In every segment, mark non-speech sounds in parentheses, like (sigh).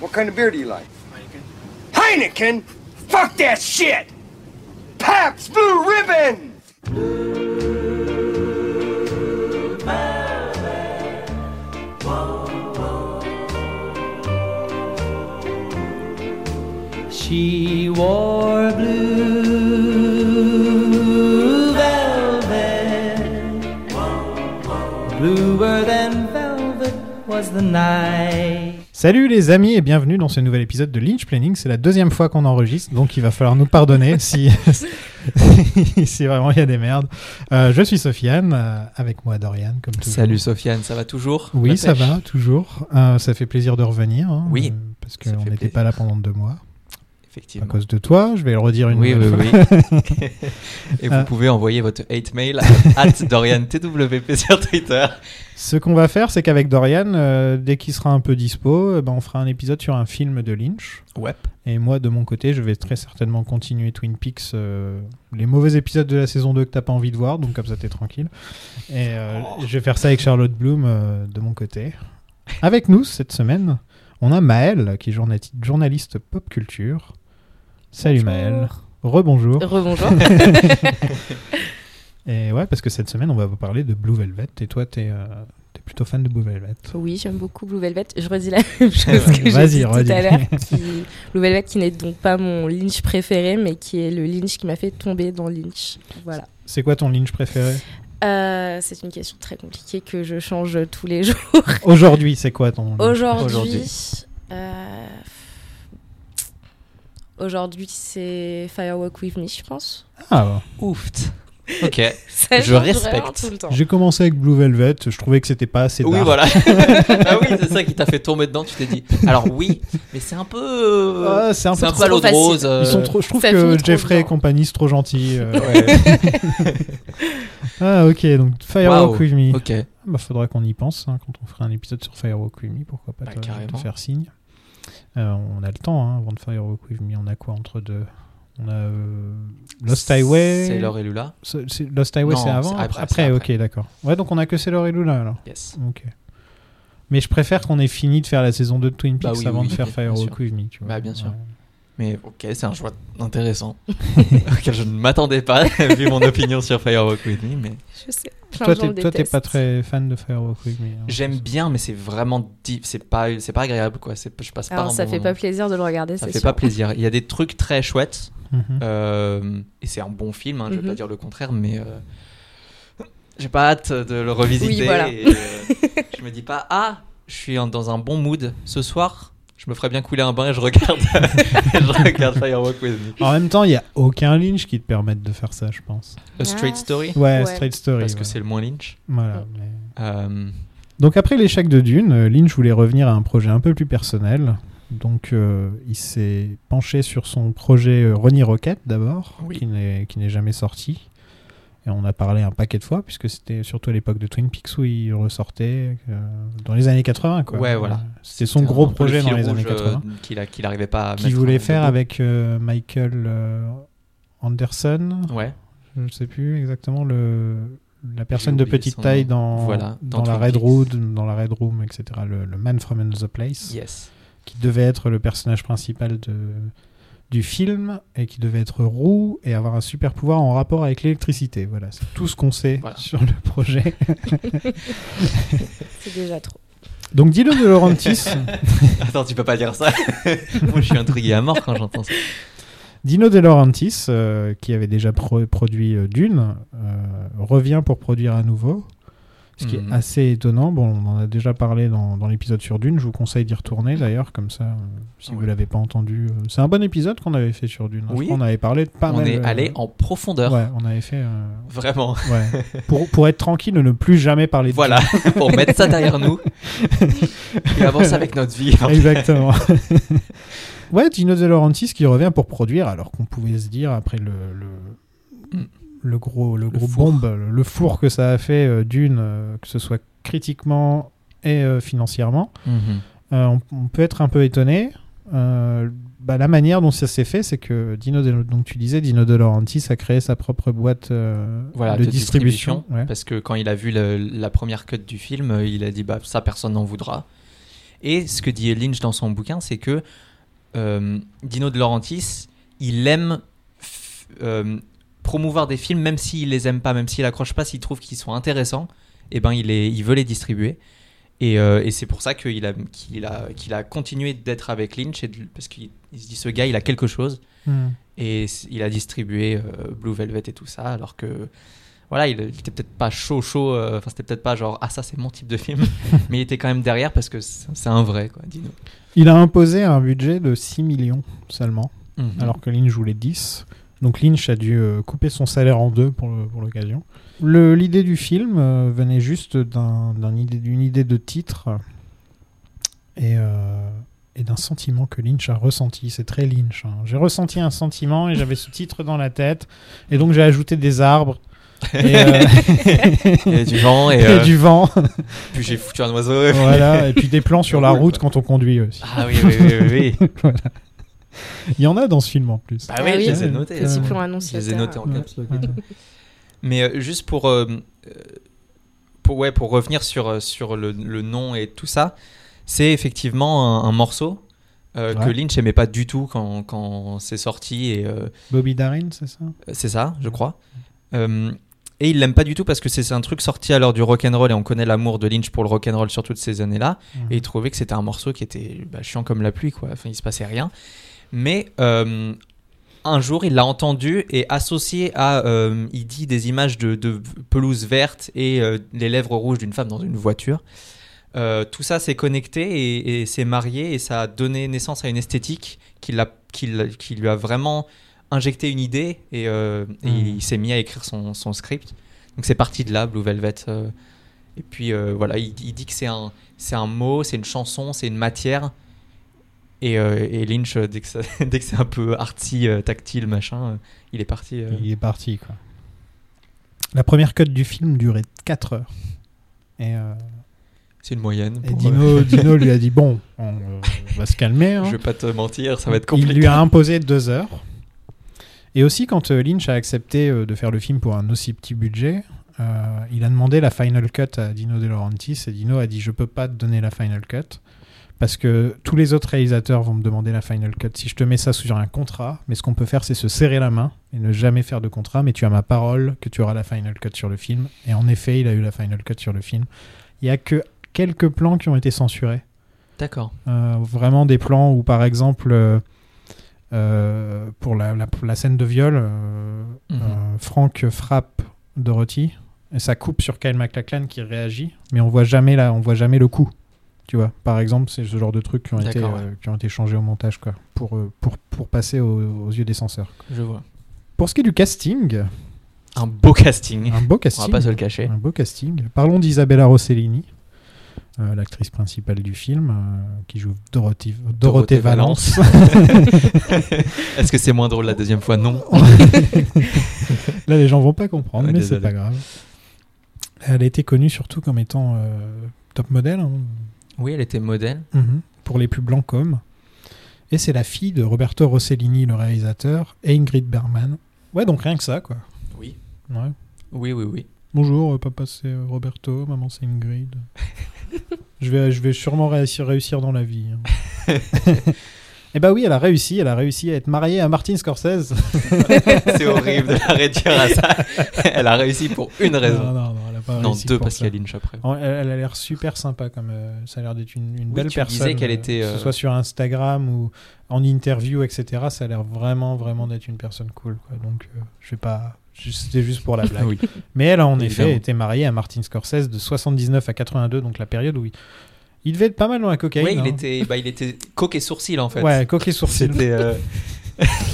What kind of beer do you like? Heineken. Heineken? Fuck that shit! Pabst Blue Ribbon! She wore blue velvet. Bluer than velvet was the night. Salut les amis et bienvenue dans ce nouvel épisode de Lynch Planning. C'est la deuxième fois qu'on enregistre, donc il va falloir nous pardonner si, (laughs) si vraiment il y a des merdes. Euh, je suis Sofiane, euh, avec moi Dorian, comme toujours. Salut Sofiane, ça va toujours La Oui, ça pêche va, toujours. Euh, ça fait plaisir de revenir. hein, Oui, euh, parce ça qu'on fait n'était plaisir. pas là pendant deux mois. À Effectivement. cause de toi, je vais le redire une Oui, oui, nouvelle fois. oui. (laughs) Et vous Ah. pouvez envoyer votre hate mail (laughs) à DorianTWP sur Twitter. Ce qu'on va faire, c'est qu'avec Dorian, euh, dès qu'il sera un peu dispo, eh ben, on fera un épisode sur un film de Lynch. Ouais. Et moi, de mon côté, je vais très certainement continuer Twin Peaks, euh, les mauvais épisodes de la saison 2 que t'as pas envie de voir, donc comme ça t'es tranquille. Et euh, je vais faire ça avec Charlotte Bloom euh, de mon côté. Avec nous cette semaine, on a Maëlle, qui est journati- journaliste pop culture. Salut Maëlle. Rebonjour. Rebonjour. (laughs) Et ouais, parce que cette semaine, on va vous parler de Blue Velvet. Et toi, t'es euh, t'es plutôt fan de Blue Velvet. Oui, j'aime beaucoup Blue Velvet. Je redis la (laughs) même chose que j'ai Vas-y, dit tout redis. à l'heure. qui- Blue Velvet qui n'est donc pas mon Lynch préféré, mais qui est le Lynch qui m'a fait tomber dans Lynch. Voilà. C'est quoi ton Lynch préféré Euh, c'est une question très compliquée que je change tous les jours. (laughs) Aujourd'hui, c'est quoi ton Lynch Aujourd'hui. Aujourd'hui. euh, Aujourd'hui, c'est Firework With Me, je pense. Ah, ouais. Ouf. Ok. Ça Je change vraiment respecte. Tout le temps. J'ai commencé avec Blue Velvet, je trouvais que c'était pas assez Oui, dark. (laughs) voilà. ah oui, c'est ça qui t'a fait tomber dedans. Tu t'es dit. Alors oui, mais c'est un peu. euh, Ah, c'est un peu c'est un trop- peu à l'eau de facile. rose. euh, Ils sont trop, je trouve Ça finit que trop Jeffrey et dedans. compagnie, c'est trop gentil. euh. (laughs) ouais. ah, ok, donc Firewalk Waouh, With Me. Ok. Ah, Bah, faudra qu'on y pense hein, quand on fera un épisode sur Firewalk With Me, pourquoi pas Bah, te, carrément. te faire signe. Euh, on a le temps hein, avant de Firewalk With Me, on a quoi entre deux On a euh, Lost Highway. C'est Laure et Lula. C'est- c'est- Lost Highway, Non, c'est avant c'est après, Après, c'est ok, après. d'accord. Ouais, donc on a que Sailor et Lula alors. Yes. Ok. Mais je préfère qu'on ait fini de faire la saison 2 de Twin Peaks Bah oui, avant oui, de faire bien sûr. Firewalk With Me. Tu vois. Bah, bien sûr. Ouais. Mais ok, c'est un choix (laughs) intéressant auquel je ne m'attendais pas (laughs) vu mon opinion sur Firewalk With Me, mais. Je sais. Plein Toi, de gens t'es- le toi, t'es pas détestent. très fan de Firewalk With Me. hein. J'aime bien, mais c'est vraiment diff- c'est pas c'est pas agréable quoi. C'est je passe pas. Alors, un ça bon fait moment. pas plaisir de le regarder, Ça c'est fait sûr. pas plaisir. Il y a des trucs très chouettes Mhm. euh, et c'est un bon film. hein, Je vais Mhm. pas dire le contraire, mais euh, j'ai pas hâte de le revisiter. Oui, voilà. et, euh, je me dis pas ah je suis en- dans un bon mood ce soir. Je me ferais bien couler un bain et je regarde (laughs) je regarde Firewalk with me. En même temps, il n'y a aucun Lynch qui te permette de faire ça, je pense. A Straight Ah, Story Ouais, Ouais. Straight Story. parce que voilà. c'est le moins Lynch. Voilà, mais- Euh, Donc après l'échec de Dune, euh, Lynch voulait revenir à un projet un peu plus personnel. Donc euh, il s'est penché sur son projet euh, Ronnie Rocket d'abord, Oui. qui n'est qui n'est jamais sorti. Et on a parlé un paquet de fois, puisque c'était surtout à l'époque de Twin Peaks où il ressortait euh, dans les années 80. Quoi. Ouais, voilà. C'était son c'était un gros peu le projet fil dans les années rouge, euh, 80. qu'il a- qu'il arrivait pas à Qu'il mettre voulait en- faire dedans. avec euh, Michael euh, Anderson, Ouais. je ne sais plus exactement le la personne de oublié petite son taille nom. dans, Voilà, dans, dans la Twin Red Peaks. Room, dans la Red Room, etc. Le, le Man from Another Place, Yes. qui devait être le personnage principal de du film et qui devait être roux et avoir un super pouvoir en rapport avec l'électricité. Voilà, c'est tout ce qu'on sait Voilà. sur le (laughs) projet. C'est déjà trop. Euh, Donc dis-le de Laurentis. (laughs) Attends, tu peux pas dire ça. (laughs) Moi, je suis intrigué à mort quand j'entends ça. Dino De Laurentiis, euh, qui avait déjà pro- produit euh, Dune, euh, revient pour produire à nouveau. Ce qui Mhm. est assez étonnant. Bon, on en a déjà parlé dans, dans l'épisode sur Dune. Je vous conseille d'y retourner d'ailleurs, comme ça, euh, si vous Ouais. l'avez pas entendu. euh, c'est un bon épisode qu'on avait fait sur Dune. hein. Je Oui. crois qu'on avait parlé de pas On mal. est euh, allé en profondeur. Ouais, on avait fait. euh, Vraiment. ouais. (laughs) pour, pour être tranquille, ne plus jamais parler de Voilà, (laughs) pour mettre ça (laughs) derrière nous et avancer avec notre vie. (laughs) Exactement. ouais, Gino De Laurentiis qui revient pour produire, alors qu'on pouvait se dire après le le, Mm. le gros le, gros four. bombe, le, le four que ça a fait euh, d'une, euh, que ce soit critiquement et euh, financièrement, Mhm. euh, on, on peut être un peu étonné. Euh, bah, la manière dont ça s'est fait, c'est que Dino De, donc tu disais Dino De Laurentiis a créé sa propre boîte euh, Voilà, de, distribution. ouais. euh, Parce que quand il a vu le- la première cut du film, il a dit bah, ça, personne n'en voudra. Et ce que dit Lynch dans son bouquin, c'est que euh, Dino De Laurentiis, il aime f- euh, promouvoir des films, même s'il les aime pas, même s'il accroche pas, s'il trouve qu'ils sont intéressants, et ben il, les, il veut les distribuer. Et, euh, et c'est pour ça qu'il a, qu'il a, qu'il a continué d'être avec Lynch, et de- parce qu'il il se dit ce gars, il a quelque chose. Hmm. Et c- il a distribué euh, Blue Velvet et tout ça, alors que voilà, il, il était peut-être pas chaud, chaud, euh, enfin c'était peut-être pas genre ah ça c'est mon type de film, (laughs) mais il était quand même derrière parce que c'est c'est un vrai quoi, Dino. Il a imposé un budget de 6 millions seulement, Mhm. alors que Lynch voulait 10. Donc Lynch a dû euh, couper son salaire en deux pour le- pour l'occasion. Le- L'idée du film euh, venait juste d'un- d'un idée- d'une idée, de titre et, euh, et d'un sentiment que Lynch a ressenti. C'est très Lynch. hein. J'ai ressenti un sentiment et j'avais ce titre dans la tête. Et donc j'ai ajouté des arbres. Et, euh, (laughs) Il y avait du vent et, (laughs) et euh, du vent, puis j'ai foutu un oiseau. et puis- voilà, et puis des plans sur la Roule, route quoi. quand on conduit aussi. (laughs) Ah oui oui oui oui. oui. Il y en a dans ce film en plus. bah Ah oui, oui, je les ai oui. notés. Petit Petit euh, plan plan Je annonciateur. les ai notés en Ouais. caps. Mais euh, juste pour, euh, euh, pour, ouais, pour revenir sur, euh, sur le, le nom et tout ça, c'est effectivement un, un morceau euh, que Ouais. Lynch aimait pas du tout quand, quand c'est sorti, et euh, Bobby Darin, c'est ça c'est ça, je crois. Euh, et il l'aime pas du tout parce que c'est c'est un truc sorti à l'heure du rock'n'roll et on connaît l'amour de Lynch pour le rock'n'roll sur toutes ces années-là. Mhm. Et il trouvait que c'était un morceau qui était bah, chiant comme la pluie, quoi. Enfin, il se passait rien. Mais euh, un jour, il l'a entendu et associé à. euh, il dit des images de, de pelouse verte et euh, les lèvres rouges d'une femme dans une voiture. Euh, tout ça s'est connecté et, et s'est marié et ça a donné naissance à une esthétique qui, l'a, qui, l'a- qui lui a vraiment injecté une idée et, euh, et Mhm. il s'est mis à écrire son, son script. Donc c'est parti de là, Blue Velvet. euh, et puis euh, voilà, il, il dit que c'est un, c'est un mot, c'est une chanson, c'est une matière. Et, euh, et Lynch, euh, dès que, ça- (laughs) dès que c'est un peu artsy, euh, tactile, machin, euh, il est parti. euh. Il est parti, quoi. La première cut du film durait 4 heures. Et, euh, C'est une moyenne. et pour, (laughs) Dino, euh, Dino lui a dit Bon, on, euh, on va se calmer. hein. je vais pas te mentir, ça va être Il lui compliqué. a imposé 2 heures. Et aussi, quand euh, Lynch a accepté euh, de faire le film pour un aussi petit budget, euh, il a demandé la final cut à Dino De Laurentiis. Et Dino a dit Je peux pas te donner la final cut. Parce que tous les autres réalisateurs vont me demander la final cut. Si je te mets ça sous un contrat, mais ce qu'on peut faire, c'est se serrer la main et ne jamais faire de contrat. Mais tu as ma parole que tu auras la final cut sur le film. Et en effet, il a eu la final cut sur le film. Il y a que quelques plans qui ont été censurés. D'accord. Euh, vraiment des plans où, par exemple, euh, euh, pour la, la- la scène de viol, euh, Mhm. euh, Frank frappe Dorothy et ça coupe sur Kyle MacLachlan qui réagit, mais on voit jamais la- on voit jamais le coup. Tu vois, par exemple, c'est ce genre de trucs qui ont été D'accord, euh, qui ont été changés au montage, quoi, pour euh, pour, pour passer aux, aux yeux des censeurs. Je vois. Pour ce qui est du casting, Un beau casting. un (laughs) beau On casting. va pas se le cacher. Un beau casting. Parlons d'Isabella Rossellini, euh, l'actrice principale du film, euh, qui joue Dorothée, Dorothée, Valence. (laughs) Est-ce que c'est moins drôle la deuxième fois Non. Là, les gens vont pas comprendre, Ouais, mais c'est Ah, pas désolé. grave. Elle a été connue surtout comme étant euh, top modèle hein. Oui, elle était modèle. Mhm. pour les plus blancs comme. Et c'est la fille de Roberto Rossellini, le réalisateur, et Ingrid Bergman. Ouais, donc rien que ça, quoi. Oui. Ouais. Oui, oui, oui. (laughs) Bonjour, euh, papa c'est euh, Roberto, maman c'est Ingrid. je, vais, je vais sûrement réussir, réussir dans la vie. (laughs) Et bah oui, elle a réussi, elle a réussi à être mariée à Martin Scorsese. c'est horrible de la réduire à ça. elle a réussi pour une Non, raison. non, non, elle a pas Non, réussi deux pour parce ça. Oh, qu'il y a Lynch après. En- Elle, elle a l'air super sympa, comme euh, ça a l'air d'être une, une Oui, belle tu personne. disais qu'elle euh, était, Que euh, ce soit sur Instagram ou en interview, etc. Ça a l'air vraiment, vraiment d'être une personne cool. quoi. Donc, euh, je vais pas. ju- C'était juste pour (laughs) la blague. Oui. Mais elle a en Évidemment. effet été mariée à Martin Scorsese de 79 à 82, donc la période où il, il devait être pas mal dans la cocaïne. Oui, il hein. était, bah, il était coque et sourcil en fait. Ouais, coquet (laughs) sourcil. C'était, euh,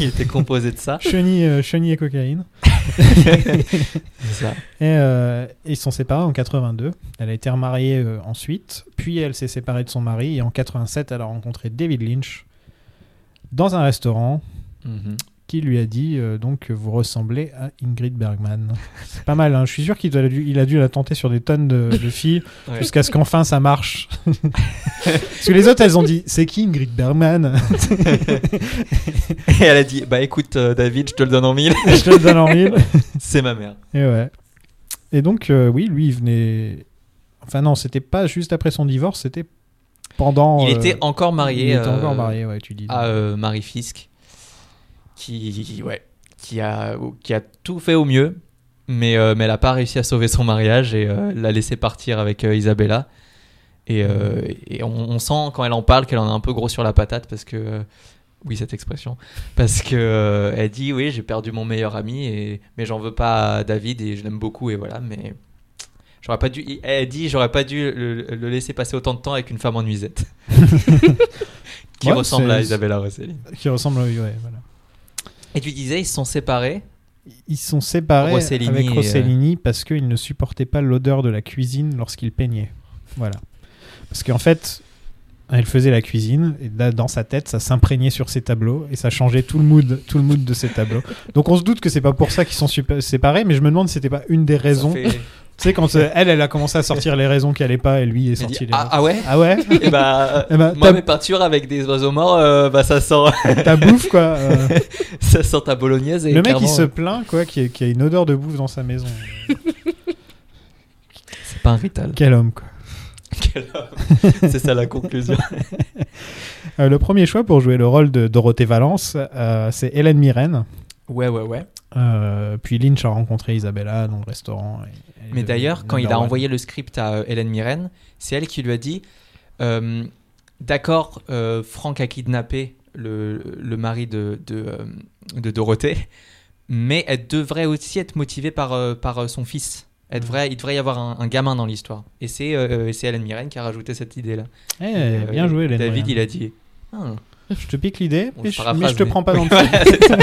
il était composé de ça. Chenille, euh, chenille et cocaïne. C'est ça. Et euh, ils sont séparés en 82. Elle a été remariée euh, ensuite. Puis elle s'est séparée de son mari. Et en 87, elle a rencontré David Lynch dans un restaurant Mhm. qui lui a dit euh, donc que vous ressemblez à Ingrid Bergman. C'est pas mal. hein. Je suis sûr qu'il a dû, il a dû la tenter sur des tonnes de, de filles Ouais. jusqu'à ce qu'enfin ça marche. Parce que les autres, elles ont dit c'est qui Ingrid Bergman Et elle a dit Bah écoute, euh, David, je te le donne en mille, (laughs) Je te le donne en mille. c'est ma mère. Et ouais. Et donc, euh, oui, lui, il venait. Enfin, non, c'était pas juste après son divorce, c'était pendant. Il euh, était encore marié, Il était euh, encore marié, ouais, tu dis. à euh, Marie Fisk, qui, ouais, qui, a, qui a tout fait au mieux, mais, euh, mais elle n'a pas réussi à sauver son mariage et euh, l'a laissé partir avec euh, Isabella. Et, euh, et on, on sent quand elle en parle qu'elle en a un peu gros sur la patate parce que. euh, oui, cette expression. Parce que euh, elle dit Oui, j'ai perdu mon meilleur ami, et, mais j'en veux pas à David et je l'aime beaucoup, et voilà, mais. J'aurais pas dû. Elle dit J'aurais pas dû le, le laisser passer autant de temps avec une femme (laughs) en nuisette. qui Ouais, ressemble à c'est- Isabella Rosselli. Qui ressemble à. Ouais, voilà. Et tu disais, ils se sont séparés. Ils sont séparés Rossellini et, avec euh, Rossellini parce qu'ils ne supportaient pas l'odeur de la cuisine lorsqu'il peignait. Voilà. Parce qu'en fait, elle faisait la cuisine et là, dans sa tête, ça s'imprégnait sur ses tableaux et ça changeait tout le mood, tout le mood de ses tableaux. Donc on se doute que c'est pas pour ça qu'ils sont supa- séparés, mais je me demande si c'était pas une des raisons. Ça fait- Tu sais, quand euh, elle, elle a commencé à sortir les raisons qui allaient pas et lui il est elle (laughs) dit, sorti les ah, ah ouais Ah ouais (laughs) Et bah, (laughs) Eh ben, moi, t'as- mes peintures avec des oiseaux morts, euh, bah, ça sent, (laughs) Ta bouffe, quoi. euh. ça sent ta bolognaise. Et le mec, il clairement, euh, se plaint, quoi, qu'il y, ait- qu'il y a une odeur de bouffe dans sa maison. Euh, C'est pas un rital. Quel homme, quoi. (laughs) Quel homme. C'est ça la conclusion. Euh, le premier choix pour jouer le rôle de Dorothée Valence, euh, c'est Hélène Mirren. Ouais, ouais, ouais. Euh, puis Lynch a rencontré Isabella dans le restaurant. et- et Mais de- d'ailleurs, quand il number a one. envoyé le script à euh, Hélène Mirren, c'est elle qui lui a dit euh, D'accord, euh, Franck a kidnappé le, le mari de, de, euh, de Dorothée, mais elle devrait aussi être motivée par, euh, par euh, son fils. Mm. Elle devrait, il devrait y avoir un, un gamin dans l'histoire. Et c'est euh, et c'est Hélène Mirren qui a rajouté cette idée-là. Eh, Et, euh, bien joué, Hélène David, Mirren. il a dit Ah, Je te pique l'idée, Bon, mais, je je- paraphrase, mais je te mais- prends pas (laughs) dans le film. c'est ça.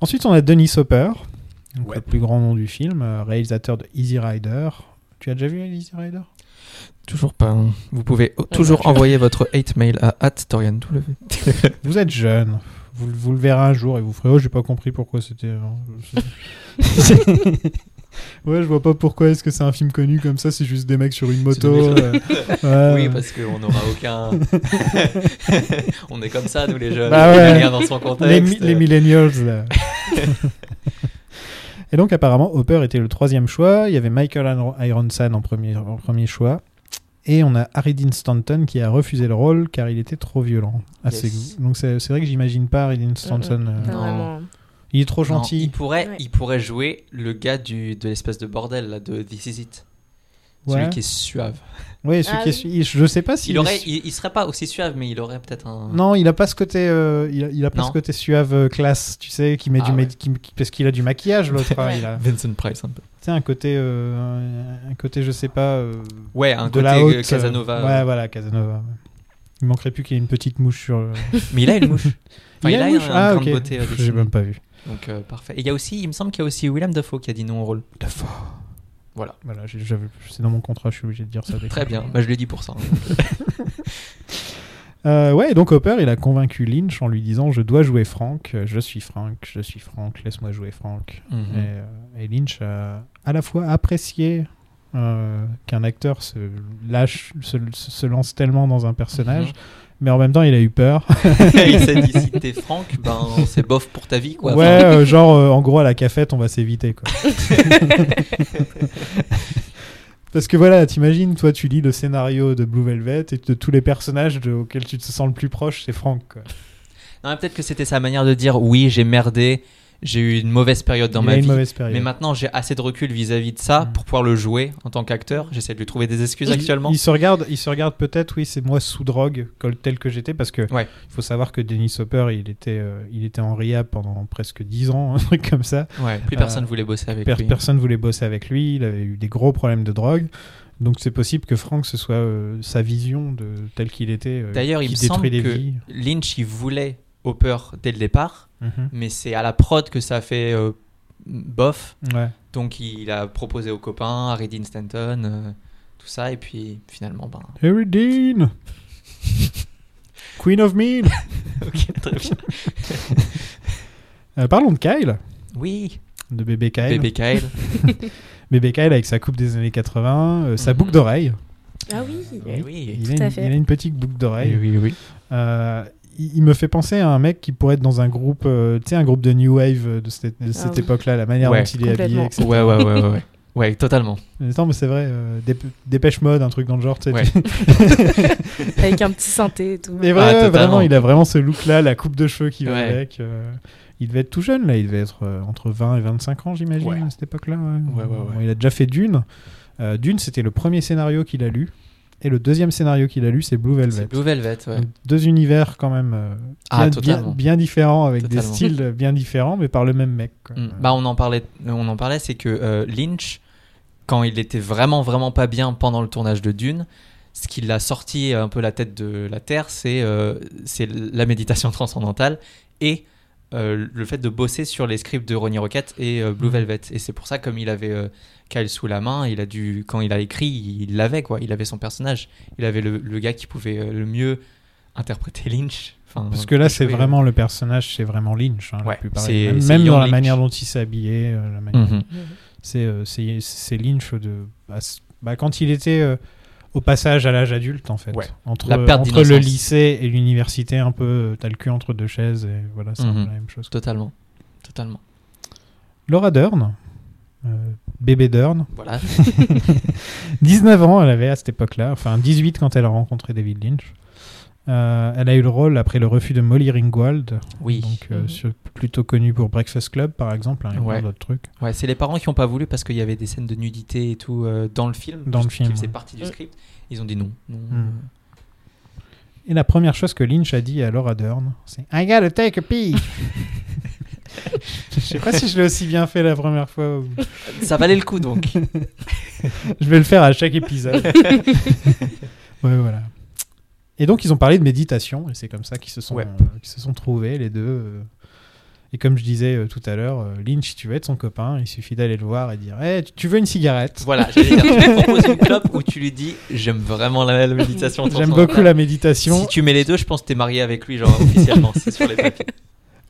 Ensuite, on a Denis Hopper, donc Ouais. le plus grand nom du film, euh, réalisateur de Easy Rider. Tu as déjà vu Easy Rider toujours pas. hein. Vous pouvez o- toujours envoyer votre hate mail à @torian. Vous êtes jeune. Vous, vous le verrez un jour et vous ferez Oh, j'ai pas compris pourquoi c'était. hein. (laughs) ouais, je vois pas pourquoi est-ce que c'est un film connu comme ça, c'est juste des mecs sur une moto. des- euh, ouais. (laughs) Oui, parce qu'on n'aura (laughs) aucun. on est comme ça, nous les jeunes. Bah ouais. Rien dans son les, contexte. euh. mi- les millennials. (laughs) là. et donc, apparemment, Hopper était le troisième choix. Il y avait Michael Iron- Ironson en premier, en premier choix. Et on a Harry Dean Stanton qui a refusé le rôle car il était trop violent à Yes. ses goûts. Donc, c'est c'est vrai que j'imagine pas Harry Dean Stanton. euh, Pas Non. vraiment. Il est trop Non, gentil. il, pourrait, Ouais. il pourrait jouer le gars du, de l'espèce de bordel, là, de This Is It. Ouais. Celui qui est suave. Ouais, celui Ah qui est oui. su- il- je sais pas s'il Il, est aurait, su- il, il serait pas aussi suave, mais il aurait peut-être un. Non, il a pas ce côté, euh, il a, il a pas Non. ce côté suave euh, classe, tu sais, qui met Ah du ouais. made- qui- qui- parce qu'il a du (laughs) maquillage l'autre. hein, Ouais. Il a, tu Vincent Price, un peu. sais, un côté, euh, un- un côté, je sais pas, euh, Ouais, un de côté la euh, haute. Casanova. euh, ouais, voilà, Casanova. Il manquerait plus qu'il y ait une petite mouche sur. le- Mais il a (laughs) une mouche. Enfin, il, une a, mouche un ah, grain de ok. beauté. euh, Pff, J'ai dessinée. même pas vu. Donc, euh, parfait. Et il y a aussi, il me semble qu'il y a aussi Willem Dafoe qui a dit non au rôle. Voilà, j'ai- j'avais- c'est dans mon contrat, je suis obligé de dire ça. dès (laughs) Très que- bien. Bah, je l'ai dit pour ça. (laughs) hein. Euh, ouais, et donc Hopper, il a convaincu Lynch en lui disant Je dois jouer Frank, je suis Frank, je suis Frank, laisse-moi jouer Frank. Mhm. (laughs) Et, euh, et Lynch a à la fois apprécié euh, qu'un acteur se lâche, se, se lance tellement dans un personnage, Mhm. mais en même temps, il a eu peur. il s'est dit si t'es Franck, ben c'est bof pour (laughs) ta vie quoi. Ouais, euh, genre, euh, en gros, à la cafette, on va s'éviter, (laughs) quoi. Parce que voilà, t'imagines, toi, tu lis le scénario de Blue Velvet et de tous les personnages de- auxquels tu te sens le plus proche, c'est Frank, quoi. Non, mais peut-être que c'était sa manière de dire oui, j'ai merdé, j'ai eu une mauvaise période dans il ma a une vie. mauvaise période. Mais maintenant, j'ai assez de recul vis-à-vis de ça Mm. pour pouvoir le jouer en tant qu'acteur. J'essaie de lui trouver des excuses Il- actuellement. Il, se regarde, il se regarde peut-être, oui, c'est moi sous drogue, col- tel que j'étais, parce que il Ouais. faut savoir que Dennis Hopper, il était, euh, il était en rehab pendant presque 10 ans, (laughs) un truc comme ça. Ouais, plus Euh, personne voulait bosser avec Per- lui. Personne voulait bosser avec lui, il avait eu des gros problèmes de drogue. Donc c'est possible que Franck, ce soit euh, sa vision de tel qu'il était, euh, D'ailleurs, il qui me détruit semble des que vies. Lynch, il voulait Hopper dès le départ, Mhm. mais c'est à la prod que ça fait euh, bof. Ouais. Donc, il a proposé aux copains, à Dean Stanton, euh, tout ça, et puis finalement, (laughs) ben. Harry (laughs) Dean Queen of Mean ok, très bien. Euh, Parlons de Kyle, Oui, de bébé Kyle. bébé Kyle. Bébé Kyle avec sa coupe des années 80, euh, sa Mhm. boucle d'oreille. Ah oui. Eh oui. Il a, Tout à une, fait. il a une petite boucle d'oreille. oui, oui. Euh, il, il me fait penser à un mec qui pourrait être dans un groupe, euh, tu sais, un groupe de New Wave euh, de cette, de cette Ah oui. époquela, la manière dont Ouais. il est habillé, Complètement. etc. ouais, ouais, ouais, ouais. Ouais, totalement. Attends, mais c'est vrai, euh, Dép- dépêche mode, un truc dans le genre, tu sais. Ouais. tu- avec un petit synthé et tout. Mais Ah, vrai, euh, totalement. vraiment, il a vraiment ce look-là, la coupe de cheveux qui va Ouais. avec. euh, il devait être tout jeune, là. Il devait être euh, entre 20 et 25 ans, j'imagine, Ouais. à cette époque-là. Ouais, ouais, ouais. Bon, il a déjà fait Dune. Euh, Dune, c'était le premier scénario qu'il a lu. Et le deuxième scénario qu'il a lu, c'est Blue Velvet. C'est Blue Velvet, ouais. Donc, deux univers quand même euh, bien, Ah, bien, totalement. bien différents, avec des Totalement. styles euh, bien différents, mais par le même mec. quoi. Euh, Mm. Bah, on en parlait, on en parlait, c'est que euh, Lynch, quand il était vraiment vraiment pas bien pendant le tournage de Dune, ce qui l'a sorti un peu la tête de la terre, c'est euh, c'est la méditation (laughs) transcendantale et euh, le fait de bosser sur les scripts de Ronnie Rocket et euh, Mm. Blue Velvet. Et c'est pour ça, comme il avait euh, Kyle sous la main, il a dû, quand il a écrit, il l'avait quoi. Il avait son personnage. Il avait le, le gars qui pouvait euh, le mieux interpréter (laughs) Lynch. Enfin, Parce que là, c'est jouer, euh, vraiment le personnage, c'est vraiment Lynch. hein, la Ouais, plupart. c'est- Même, c'est même dans Ian la Lynch. manière dont il s'est habillé, euh, la manière Mhm. C'est euh, c'est- c'est Lynch de, bah, c- bah, quand il était euh, au passage à l'âge adulte, en fait. Ouais. Entre, La perte entre le d'innocence. lycée et l'université, un peu, euh, t'as le cul entre deux chaises, et voilà, c'est un peu Mhm. la même chose. Totalement, totalement. Laura Dern, euh, bébé Dern, Voilà. 19 ans elle avait à cette époque-là, enfin 18 quand elle a rencontré David Lynch. Euh, elle a eu le rôle après le refus de Molly Ringwald, Oui. donc euh, Mhm. sur- plutôt connue pour Breakfast Club par exemple, hein, et plein Ouais. d'autres trucs. Ouais, c'est les parents qui n'ont pas voulu parce qu'il y avait des scènes de nudité et tout euh, dans le film. Dans le qui film, faisait ouais. partie du script. Ils ont dit non. non, euh, Hmm. Et la première chose que Lynch a dit à Laura Dern, c'est I gotta take a pee. (laughs) je sais pas si je l'ai aussi bien fait la première fois. ou- euh, Ça valait le coup donc. Je vais le faire à chaque épisode. ouais, voilà. Et donc, ils ont parlé de méditation, et c'est comme ça qu'ils se, sont Ouais. euh, qu'ils se sont trouvés, les deux. euh. Et comme je disais euh, tout à l'heure, euh, Lynch, si tu veux être son copain, il suffit d'aller le voir et dire Hey, tu- tu veux une cigarette voilà, j'allais dire, tu lui proposes une clope où tu lui dis J'aime vraiment la, la (laughs) méditation. J'aime transcendantale. beaucoup la méditation. Si tu mets les deux, je pense que t'es marié avec lui, genre officiellement. c'est sur les papiers.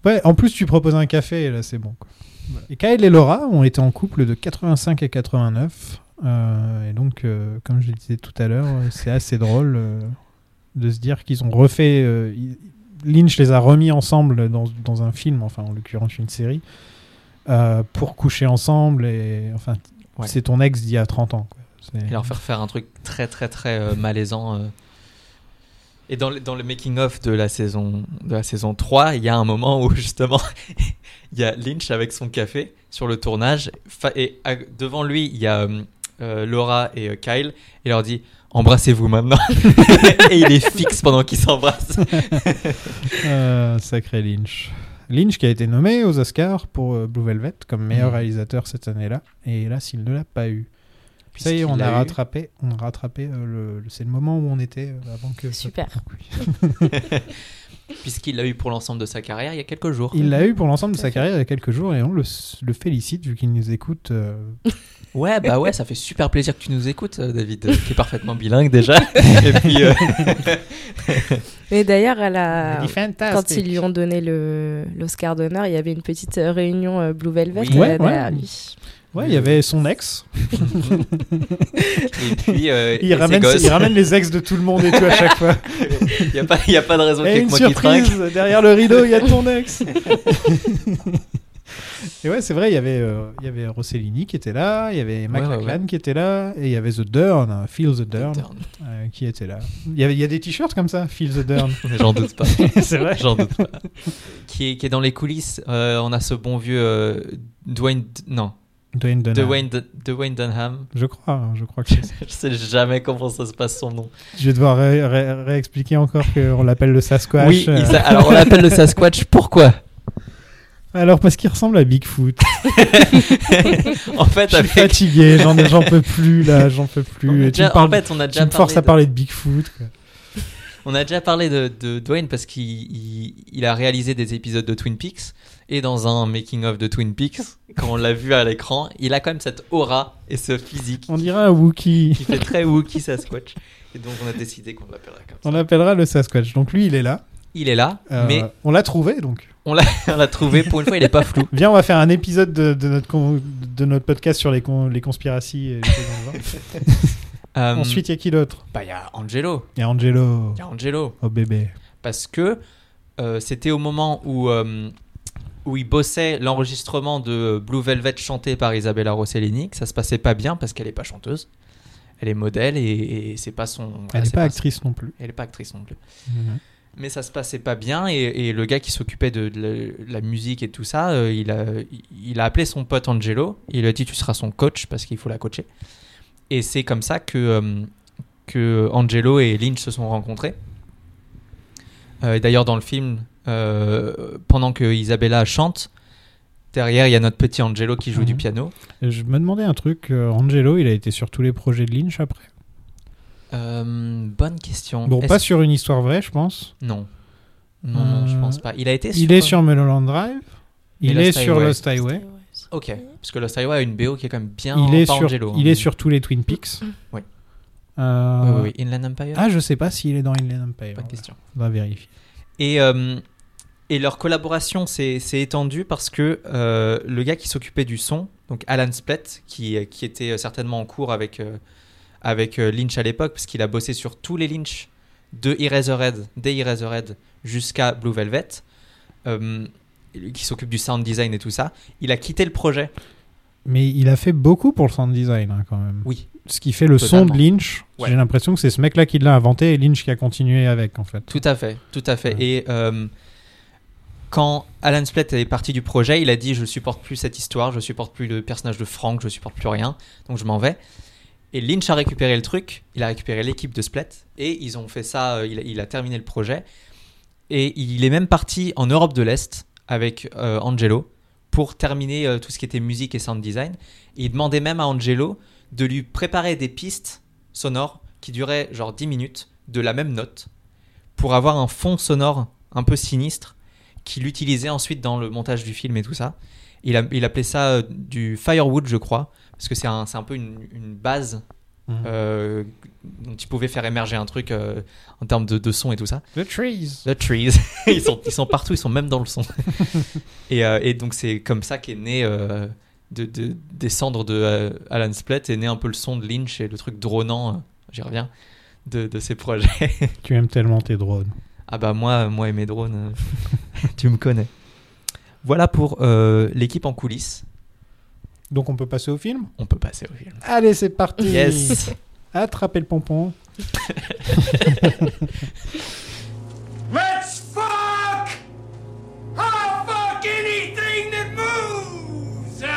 Ouais, en plus, tu proposes un café, et là, c'est bon. quoi. Et Kyle et Laura ont été en couple de 85 à 89. euh, et donc, euh, comme je le disais tout à l'heure, euh, c'est assez drôle euh, de se dire qu'ils ont refait. euh, ils- Lynch les a remis ensemble dans, dans un film, enfin, en l'occurrence, une série, euh, pour coucher ensemble. Et enfin, Ouais. c'est ton ex d'il y a 30 ans. quoi. C'est- Et leur faire faire un truc très très très euh, malaisant. euh. Et dans le, dans le making of de la saison de la saison 3, il y a un moment où justement (laughs) il y a Lynch avec son café sur le tournage Fa- et à- devant lui, il y a euh, euh, Laura et euh, Kyle et il leur dit embrassez-vous maintenant. (laughs) et il est fixe pendant qu'ils s'embrassent. (laughs) Euh, sacré Lynch. Lynch qui a été nommé aux Oscars pour euh, Blue Velvet comme meilleur Mhm. réalisateur cette année-là. Et hélas, il ne l'a pas eu. Ça y est, Puisqu'il on a l'a eu. rattrapé. On a rattrapé euh, le, le- c'est le moment où on était euh, avant que. ça- Super. Puisqu'il l'a eu pour l'ensemble de sa carrière il y a quelques jours. Il l'a eu pour l'ensemble de sa fait. carrière il y a quelques jours et on le, s- le félicite vu qu'il nous écoute. euh, Ouais, bah ouais, ça fait super plaisir que tu nous écoutes, euh, David, euh, qui est parfaitement bilingue (laughs) déjà. et puis euh, Mais d'ailleurs, à il la... dit Ah, quand fantastique. ils lui ont donné le- l'Oscar d'honneur, il y avait une petite euh, réunion euh, Blue Velvet Oui. euh, Ouais, derrière ouais. lui. Ouais, il y avait son ex. Et puis, euh, et (laughs) Il ses ramène, gosses. il ramène les ex de tout le monde et tout à chaque fois. (laughs) Il n'y a, pas- il y a pas de raison qu'il y Et ait une que moi qui surprise, trinque. derrière le rideau, il y a ton (laughs) ex. et ouais, c'est vrai, il y avait, euh, il y avait Rossellini qui était là, il y avait Mac Ouais, ouais, Lachlan qui était là, et il y avait The Dern, hein, Feel the Dern, euh, qui était là. Il y, avait, il y a des t-shirts comme ça, Feel the Dern. (laughs) J'en doute pas. (laughs) c'est vrai. J'en doute pas. Qui est, qui est dans les coulisses. euh, on a ce bon vieux euh, Dwayne. Non, Dwayne Dunham. Dwayne, Dun- Dwayne Dunham. Je crois, hein, je crois que c'est ça. (laughs) Je sais jamais comment ça se passe son nom. Je vais devoir ré- ré- réexpliquer encore qu'on l'appelle le Sasquatch. oui, euh, il s'a- alors on l'appelle le Sasquatch. Pourquoi Alors, parce qu'il ressemble à (laughs) Bigfoot. En fait, Je suis avec. fatigué, j'en j'en peux plus, là, j'en peux on a plus. Et tu déjà- me, parles- en fait, on a tu déjà me forces parlé à de- parler de Bigfoot. quoi. On a déjà parlé de, de Dwayne parce qu'il il- il a réalisé des épisodes de Twin Peaks et dans un making of de Twin Peaks, quand on l'a vu à l'écran, il a quand même cette aura et ce physique On dirait un Wookiee. (laughs) qui fait très Wookie Sasquatch. Et donc on a décidé qu'on l'appellerait comme ça. On l'appellera le Sasquatch. Donc lui, il est là. Il est là, Euh, mais On l'a trouvé, donc. on l'a on l'a trouvé. Pour une fois, il est (laughs) pas flou. Viens, on va faire un épisode de, de notre, con- de notre podcast sur les, con- les conspiracies. et les choses dans le genre. (laughs) Euh, Ensuite, il y a qui d'autre bah, il y a Angelo. Il y a Angelo, Il y a Angelo. oh bébé. Parce que euh, c'était au moment où euh, où il bossait l'enregistrement de Blue Velvet chanté par Isabella Rossellini, que ça se passait pas bien parce qu'elle est pas chanteuse. Elle est modèle et, et c'est pas Mhm. son. Elle voilà, n'est Ah, c'est pas son- actrice non plus. Elle est pas actrice non plus. Mais ça se passait pas bien et, et le gars qui s'occupait de, de la- de la musique et tout ça, euh, il, a, il a appelé son pote Angelo. Il lui a dit tu seras son coach parce qu'il faut la coacher. Et c'est comme ça que, euh, que Angelo et Lynch se sont rencontrés. Euh, et D'ailleurs dans le film, euh, pendant que Isabella chante, derrière il y a notre petit Angelo qui joue du Mhm. piano. Et Je me demandais un truc. euh, Angelo, il a été sur tous les projets de Lynch après. Euh, bonne question. Bon, Est-ce- pas sur une histoire vraie, je pense. Non. Non, non, je Euh, pense pas. Il a été Il est sur Mulholland Drive. Et Il Lost est sur Highway. Lost Highway. Ok, parce que Lost Highway a une BO qui est quand même bien il est pas sur, Angelo, il hein. est sur tous les Twin Peaks. Oui. Euh, Oui, oui, oui. Inland Empire Ah, je sais pas s'il est dans Inland Empire. Bonne question. On va vérifier. Et, euh, et leur collaboration s'est s'est étendue parce que euh, le gars qui s'occupait du son, donc Alan Splett, qui, qui était euh, certainement en cours avec, euh, avec euh, Lynch à l'époque, parce qu'il a bossé sur tous les Lynch de Eraserhead, des Eraserhead jusqu'à Blue Velvet, euh, qui s'occupe du sound design et tout ça, il a quitté le projet. Mm. Mais il a fait beaucoup pour le sound design hein, quand même. Oui. Ce qui fait le son de Totalement. Lynch. Ouais. J'ai l'impression que c'est ce mec-là qui l'a inventé et Lynch qui a continué avec en fait. Tout à fait, tout à fait. Ouais. Et euh, quand Alan Splett est parti du projet, il a dit je supporte plus cette histoire, je supporte plus le personnage de Frank, je supporte plus rien, donc je m'en vais. Et Lynch a récupéré le truc, il a récupéré l'équipe de Splett et ils ont fait ça, euh, il, a- il a terminé le projet. Et il est même parti en Europe de l'Est avec euh, Angelo pour terminer euh, tout ce qui était musique et sound design. Et il demandait même à Angelo de lui préparer des pistes sonores qui duraient genre 10 minutes de la même note pour avoir un fond sonore un peu sinistre qu'il utilisait ensuite dans le montage du film et tout ça. Il, a- il appelait ça euh, du firewood, je crois, parce que c'est un, c'est un peu une, une base Mhm. euh, dont il pouvait faire émerger un truc euh, en termes de, de son et tout ça. The Trees. The trees, (laughs) ils, sont, ils sont partout, ils sont même dans le son. et, euh, et donc c'est comme ça qu'est né, euh, de, de- des cendres de euh, Alan Splett, est né un peu le son de Lynch et le truc dronant, euh, j'y reviens, de, de ses projets. Tu aimes tellement tes drones. Ah bah moi, moi et mes drones, euh, (laughs) tu me connais. Voilà pour euh, l'équipe en coulisses. Donc on peut passer au film On peut passer au film. Allez, c'est parti. Yes. Attrapez le pompon. Let's fuck! I'll fuck anything that moves! (laughs)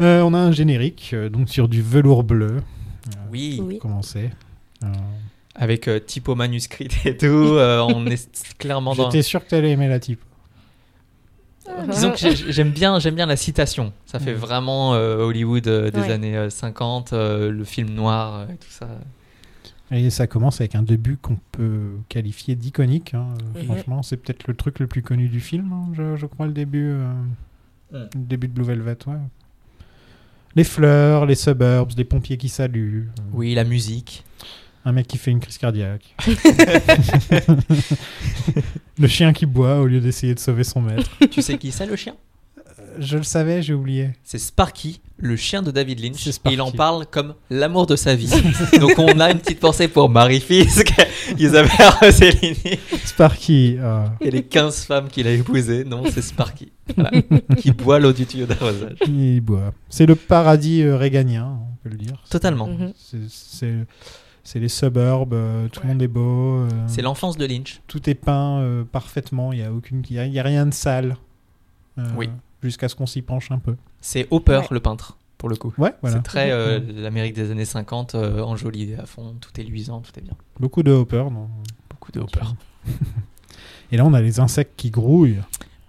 Euh, on a un générique, euh, donc sur du velours bleu. Oui. Oui. Commencez. Euh, Avec euh, typo manuscrit et tout, euh, on est clairement dans. J'étais sûr que t'allais aimer la type. Disons que j'ai- j'aime bien, j'aime bien la citation. Ça fait Mhm. vraiment euh, Hollywood euh, des Ouais. années euh, 50, euh, le film noir euh, et tout ça. Et ça commence avec un début qu'on peut qualifier d'iconique. hein, euh, Mhm. Franchement, c'est peut-être le truc le plus connu du film, hein, je, je crois, le début, euh, Ouais. le début de Blue Velvet. ouais. Les fleurs, les suburbs, les pompiers qui saluent, euh, Oui, la musique. un mec qui fait une crise cardiaque. (laughs) (laughs) le chien qui boit au lieu d'essayer de sauver son maître. tu sais qui c'est le chien Je le savais, j'ai oublié. C'est Sparky, le chien de David Lynch. C'est Et Sparky. il en parle comme l'amour de (laughs) sa vie. Donc on a une petite pensée pour Marie Fisk, (laughs) Isabelle Rossellini Sparky. euh, et les 15 femmes qu'il a épousées. Non, c'est Sparky. Voilà. qui boit l'eau du tuyau d'arrosage. Il boit. C'est le paradis euh, réganien, on peut le dire. Totalement. Mhm. C'est- C'est c'est les suburbs, euh, tout le monde est beau, euh, C'est l'enfance de Lynch. tout est peint euh, parfaitement, il n'y a, aucune... il y a- il y a rien de sale. Euh, Oui. Jusqu'à ce qu'on s'y penche un peu. C'est Hopper, Ouais. Mm. le peintre, pour le coup. Ouais, voilà. C'est très euh, l'Amérique des années 50, euh, enjoliée à fond, tout est luisant, tout est bien. Beaucoup de hopper. non Beaucoup de Hopper. Et là, on a les insectes qui grouillent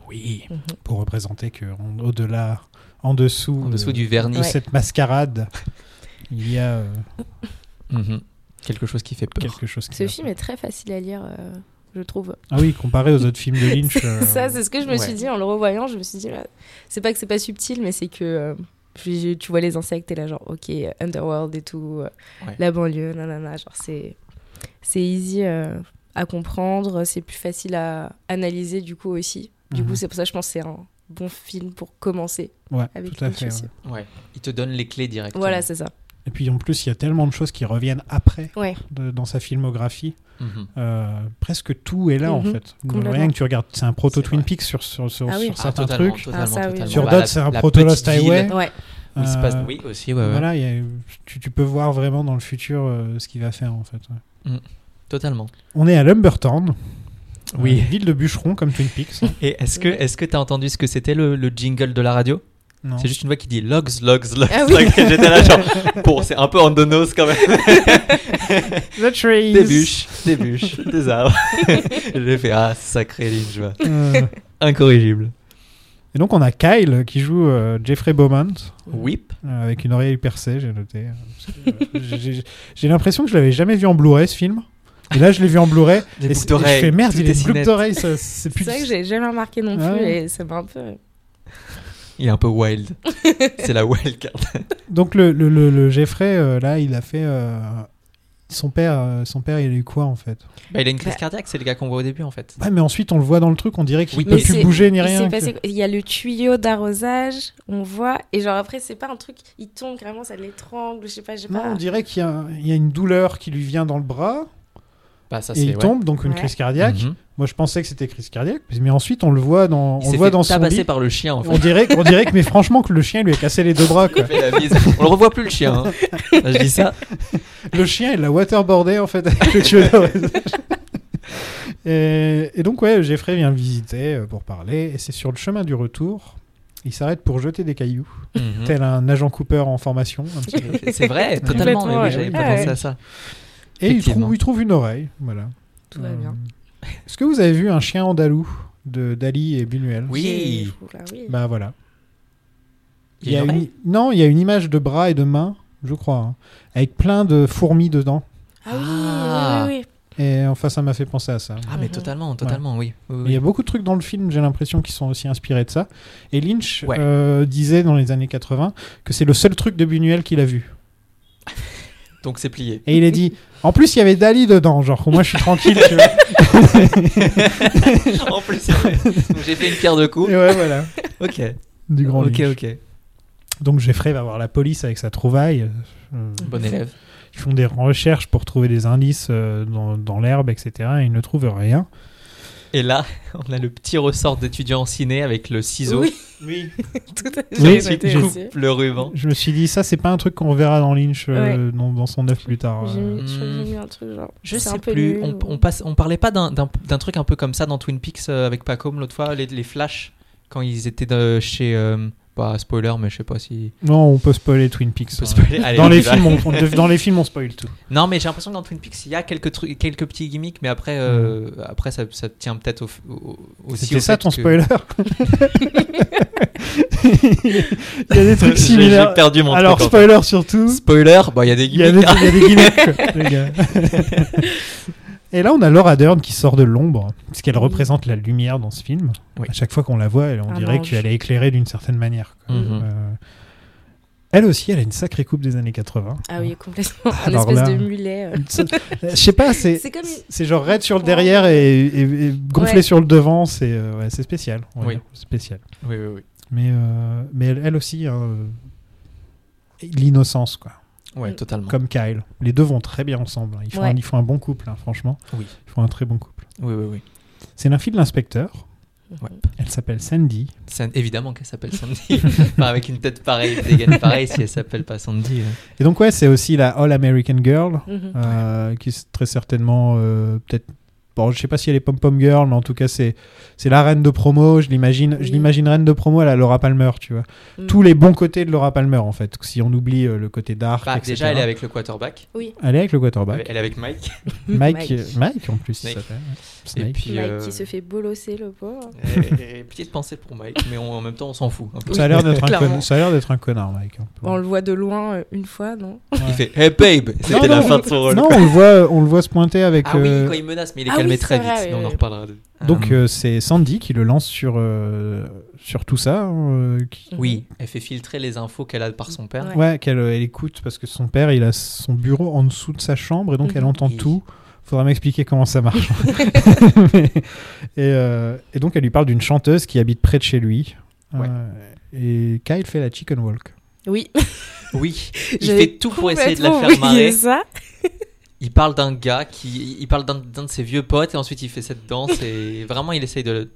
Oui. Mhm. pour représenter que en- au-delà, en dessous, En dessous de, du vernis. de Ouais. cette (laughs) mascarade, il y a euh, Mhm. Quelque chose qui fait peur. quelque chose qui. Ce va film est très facile à lire, euh, je trouve. pas. Ah oui, comparé aux autres films de Lynch. euh, ça, (laughs) c'est ce que je me ouais. suis dit en le revoyant. Je me suis dit, bah, c'est pas que c'est pas subtil, mais c'est que euh, j'ai- tu vois les insectes et là, genre, ok, Underworld et tout, euh, Ouais. la banlieue, nanana. Genre, c'est c'est easy euh, à comprendre, c'est plus facile à analyser du coup aussi. Du Mhm. coup, c'est pour ça, je pense, que c'est un bon film pour commencer ouais, avec tout à Lynch fait. aussi. ouais. Ouais. Il te donne les clés directement. Voilà, c'est ça. Et puis en plus, il y a tellement de choses qui reviennent après Ouais. de- dans sa filmographie. Mhm. Euh, presque tout est là en Mhm, fait. complètement. Rien que tu regardes, c'est un proto C'est Twin vrai. Peaks sur, sur, sur, Ah oui. sur Ah, Ah, certains totalement, trucs. totalement, Ah, ça, oui. totalement. Sur Bah, d'autres, la- c'est un la proto Lost petite ville Highway. Ouais. où il se passe- Euh, Oui, aussi, ouais, ouais, Voilà, il y a- tu, tu peux voir vraiment dans le futur euh, ce qu'il va faire en fait. ouais. totalement. On est à Lumbertown. Oui. euh, ville de bûcherons comme Twin (laughs) Peaks. hein. Et est-ce que est-ce que t'as entendu ce que c'était le, le jingle de la radio Non. C'est juste une voix qui dit logs, logs, logs. Ah oui. logs. Et J'étais là genre, (laughs) bon, c'est un peu on the nose quand même. The trees. Des bûches, des (laughs) bûches, des arbres. (laughs) J'ai fait ah sacré Lynch, va. Euh, incorrigible. et donc on a Kyle qui joue euh, Jeffrey Beaumont Whip. euh, avec une oreille percée, j'ai noté. euh, parce que, euh, j'ai- j'ai- J'ai l'impression que je l'avais jamais vu en Blu-ray ce film. Et là, je l'ai vu en Blu-ray. Des et boucles c'est- et d'oreilles, Je fais merde, tout il a est des boucles net. d'oreilles. ça- C'est C'est plus. vrai que j'ai jamais remarqué non plus Ah ouais. et ça m'a un peu. Il est un peu (laughs) wild. c'est la wild card. Donc le, le, le- le Jeffrey, euh, là, il a fait. euh, son père, euh, son père, il a eu quoi en fait Bah, il a une crise Bah. cardiaque, c'est le gars qu'on voit au début en fait. Ouais, mais ensuite, on le voit dans le truc, on dirait qu'il Oui, peut mais plus c'est- bouger ni Il rien. s'est que- passé quoi Il y a le tuyau d'arrosage, on voit, et genre après, c'est pas un truc, il tombe carrément, ça l'étrangle, je sais pas, j'ai Non, pas. on dirait qu'il y, a un- il y a une douleur qui lui vient dans le bras Bah ça et il c'est ouais. tombe, donc une Ouais. crise cardiaque. Mhm. Moi, je pensais que c'était crise cardiaque, mais ensuite, on le voit dans, on Il s'est le voit fait dans son tabasser lit. par le chien en fait. On dirait, on dirait que, mais franchement, que le chien lui a cassé les deux bras. quoi. Il fait la bise. On le revoit plus le chien. (laughs) hein. Je dis ça. Le chien, il l'a waterboardé en fait avec le tuyau d'arrosage. (laughs) et, et donc, ouais, Jeffrey vient visiter euh, pour parler, et c'est sur le chemin du retour. Il s'arrête pour jeter des cailloux, Mhm. tel un agent Cooper en formation. un petit peu. C'est vrai, totalement. Complètement, oui, ouais. J'avais pas Ah ouais. pensé à ça. Et il Effectivement. trouve, il trouve une oreille. Voilà. Tout va bien. Euh, Est-ce que vous avez vu un chien andalou de Dali et Buñuel Oui. J'ai- Oula, oui. Bah voilà. Il y a une oreille une... Non, il y a une image de bras et de mains, je crois, hein, avec plein de fourmis dedans. Ah oui, Ah. oui, oui, oui. Et enfin, ça m'a fait penser à ça. Ah mais Mhm. totalement, totalement, oui. Mais oui, oui. Il y a beaucoup de trucs dans le film, j'ai l'impression, qui sont aussi inspirés de ça. Et Lynch Ouais. euh, disait dans les années 80 que c'est le seul truc de Buñuel qu'il a vu. Donc (laughs) c'est plié. Et il a (laughs) dit, en plus, il y avait Dali dedans, genre, moi je suis tranquille. tu vois. en plus, c'est vrai. Donc, j'ai fait une pierre de coup. Et ouais, voilà. Ok. Du grand Ok, Lynch. ok. Donc Jeffrey va voir la police avec sa trouvaille. Euh, Bon élève. Ils font des recherches pour trouver des indices euh, dans, dans l'herbe, etc. Et ils ne trouvent rien. Et là, (laughs) on a le petit ressort d'étudiant en ciné avec le ciseau. Oui, Oui. (laughs) tout à fait. Oui, j'ai c'est- noté j'ai- aussi. Le ruban. Je me suis dit, ça, c'est pas un truc qu'on verra dans Lynch euh, dans, dans son œuvre plus tard. J'ai euh. mis, je crois que j'ai mis un truc genre. Je c'est sais un peu plus. nul on, ou- on passe, on parlait pas d'un- d'un d'un truc un peu comme ça dans Twin Peaks euh, avec Pacom l'autre fois, les, les flashs, quand ils étaient de- chez. euh, bah, spoiler, mais je sais pas si. Non, on peut spoiler Twin Peaks. on peut hein. spoiler. Allez, Dans on y les, va. films, on, on dev- dans les films, on spoil tout. (laughs) Non, mais j'ai l'impression que dans Twin Peaks, il y a quelques, trucs, quelques petits gimmicks, mais après, euh, après ça, ça tient peut-être au, f- au- aussi. Hmm. C'était au ça fait ton que- (laughs) spoiler Il y a des (laughs) J'ai- trucs similaires. J'ai perdu mon Alors, truc, en spoiler surtout. fait. Spoiler, bah, il y a des Il y a gimmicks. des, il y a des gimmicks, (laughs) quoi, les gars. Et là, on a Laura Dern qui sort de l'ombre, puisqu'elle Oui. représente la lumière dans ce film. Oui. À chaque fois qu'on la voit, elle- on Un dirait ange. qu'elle est éclairée d'une certaine manière. quoi. Mhm. Euh, elle aussi, elle a une sacrée coupe des années 80. Ah oui, complètement. Un Alors espèce là- de mulet. euh. Ça- (laughs) Je sais pas, c'est. C'est comme une- C'est genre raide sur le derrière et, et- et gonflé Ouais. sur le devant, c'est euh, ouais, c'est spécial. on va Oui. dire, spécial. Oui, oui, oui. Mais, euh, mais elle, elle aussi, hein, euh, l'innocence, quoi. Ouais, totalement. Comme Kyle. Les deux vont très bien ensemble. hein. Ils font, Ouais. un, ils font un bon couple, hein, franchement. Oui. Ils font un très bon couple. Oui, oui, oui. C'est l'infile de l'inspecteur. Ouais. Elle s'appelle Sandy. San- évidemment qu'elle s'appelle (laughs) Sandy. Enfin, avec une tête pareille, des gaines pareilles, si elle s'appelle pas Sandy. euh. Et donc, ouais, c'est aussi la All American Girl, (laughs) Mhm. euh, qui est très certainement euh, peut-être. Bon, je sais pas si elle est pom-pom girl, mais en tout cas, c'est c'est la reine de promo. Je l'imagine, je Oui. l'imagine reine de promo à la Laura Palmer, tu vois. Mm. Tous les bons côtés de Laura Palmer, en fait. Si on oublie euh, le côté dark, Bah, etc. déjà, elle est avec le quarterback. Elle est avec le quarterback. Elle est avec Mike. Mike, Mike. euh, Mike, en plus, Snake. il s'appelle. ouais. Et Snake. puis, Mike euh, qui se fait bolosser le pauvre. et- et petite pensée pour Mike, mais on- en même temps, on s'en fout. un peu. Ça a l'air d'être un, Clairement. con- ça a l'air d'être un connard, Mike. hein, un peu. On le voit de loin euh, une fois, non Il fait Hey Non, babe C'était la non, fin de son rôle. Non, quoi. on le voit, on le voit se pointer avec. Ah oui, euh, quand il menace, mais il est Ah calmé oui, très c'est vrai, vite. oui, mais on en oui. Ah. reparlera. de- Donc Euh, euh, c'est Sandy qui le lance sur, euh, sur tout ça, hein, euh, qui- oui, elle fait filtrer les infos qu'elle a par son père. Mm-hmm. Ouais. ouais, qu'elle euh, elle écoute parce que son père il a son bureau en dessous de sa chambre et donc elle Mhm. entend Oui. tout. Faudra m'expliquer comment ça (laughs) marche. (laughs) Mais- et, euh, et donc elle lui parle d'une chanteuse qui habite près de chez lui. Ouais. Euh, et Kyle fait la chicken walk. Oui, Oui, il (laughs) j'avais fait tout pour essayer de la complètement faire oublié marrer. ça. Il parle d'un gars qui, il parle d'un d'un de ses vieux potes et ensuite il fait cette danse et vraiment il essaye de, le-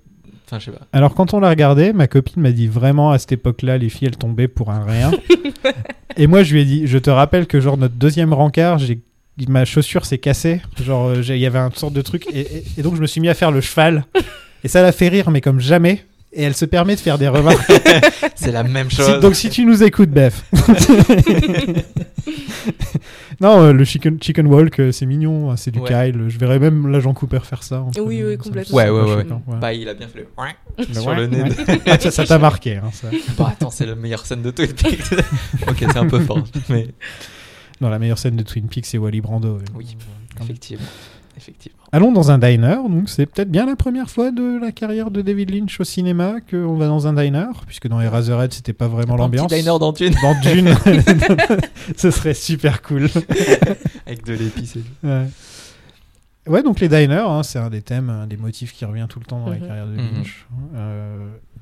enfin je sais pas. Alors quand on l'a regardé, ma copine m'a dit vraiment à cette époque-là, les filles elles tombaient pour un (laughs) rien. et moi je lui ai dit, je te rappelle que genre notre deuxième rencard, j'ai ma chaussure s'est cassée, genre euh, j'ai- il y avait un sorte de truc et, et- et donc je me suis mis à faire le cheval. Et ça l'a fait rire mais comme jamais. Et elle se permet de faire des remarques. C'est la même Si- chose. donc si tu nous écoutes, Bef. (laughs) non, euh, le chicken, chicken walk, euh, c'est mignon, hein, c'est du Ouais. Kyle. Je verrais même l'agent Cooper faire ça. en fait, Oui, euh, oui, ça me- complètement. Ouais, ouais, ouais. Chicken, Bah, il a bien fait le. Bah sur ouais, le nez. ouais. Ah, ça, ça t'a marqué. hein, ça. Bah attends, c'est la meilleure scène de Twin Peaks. (laughs) ok, c'est un peu fort, mais Non, la meilleure scène de Twin Peaks, c'est Wally Brando. évidemment. Oui. Quand même. (laughs) effectivement, effectivement. Allons dans un diner. Donc, c'est peut-être bien la première fois de la carrière de David Lynch au cinéma qu'on va dans un diner, puisque dans Eraserhead, c'était pas vraiment Un petit l'ambiance. diner dans (laughs) Dune Dans Dune, (laughs) ce serait super cool. avec de l'épice. et tout. Ouais. Ouais, donc les diners, hein, c'est un des thèmes, un des motifs qui revient tout le temps dans la Mhm. carrière de Mhm. Lynch. Euh,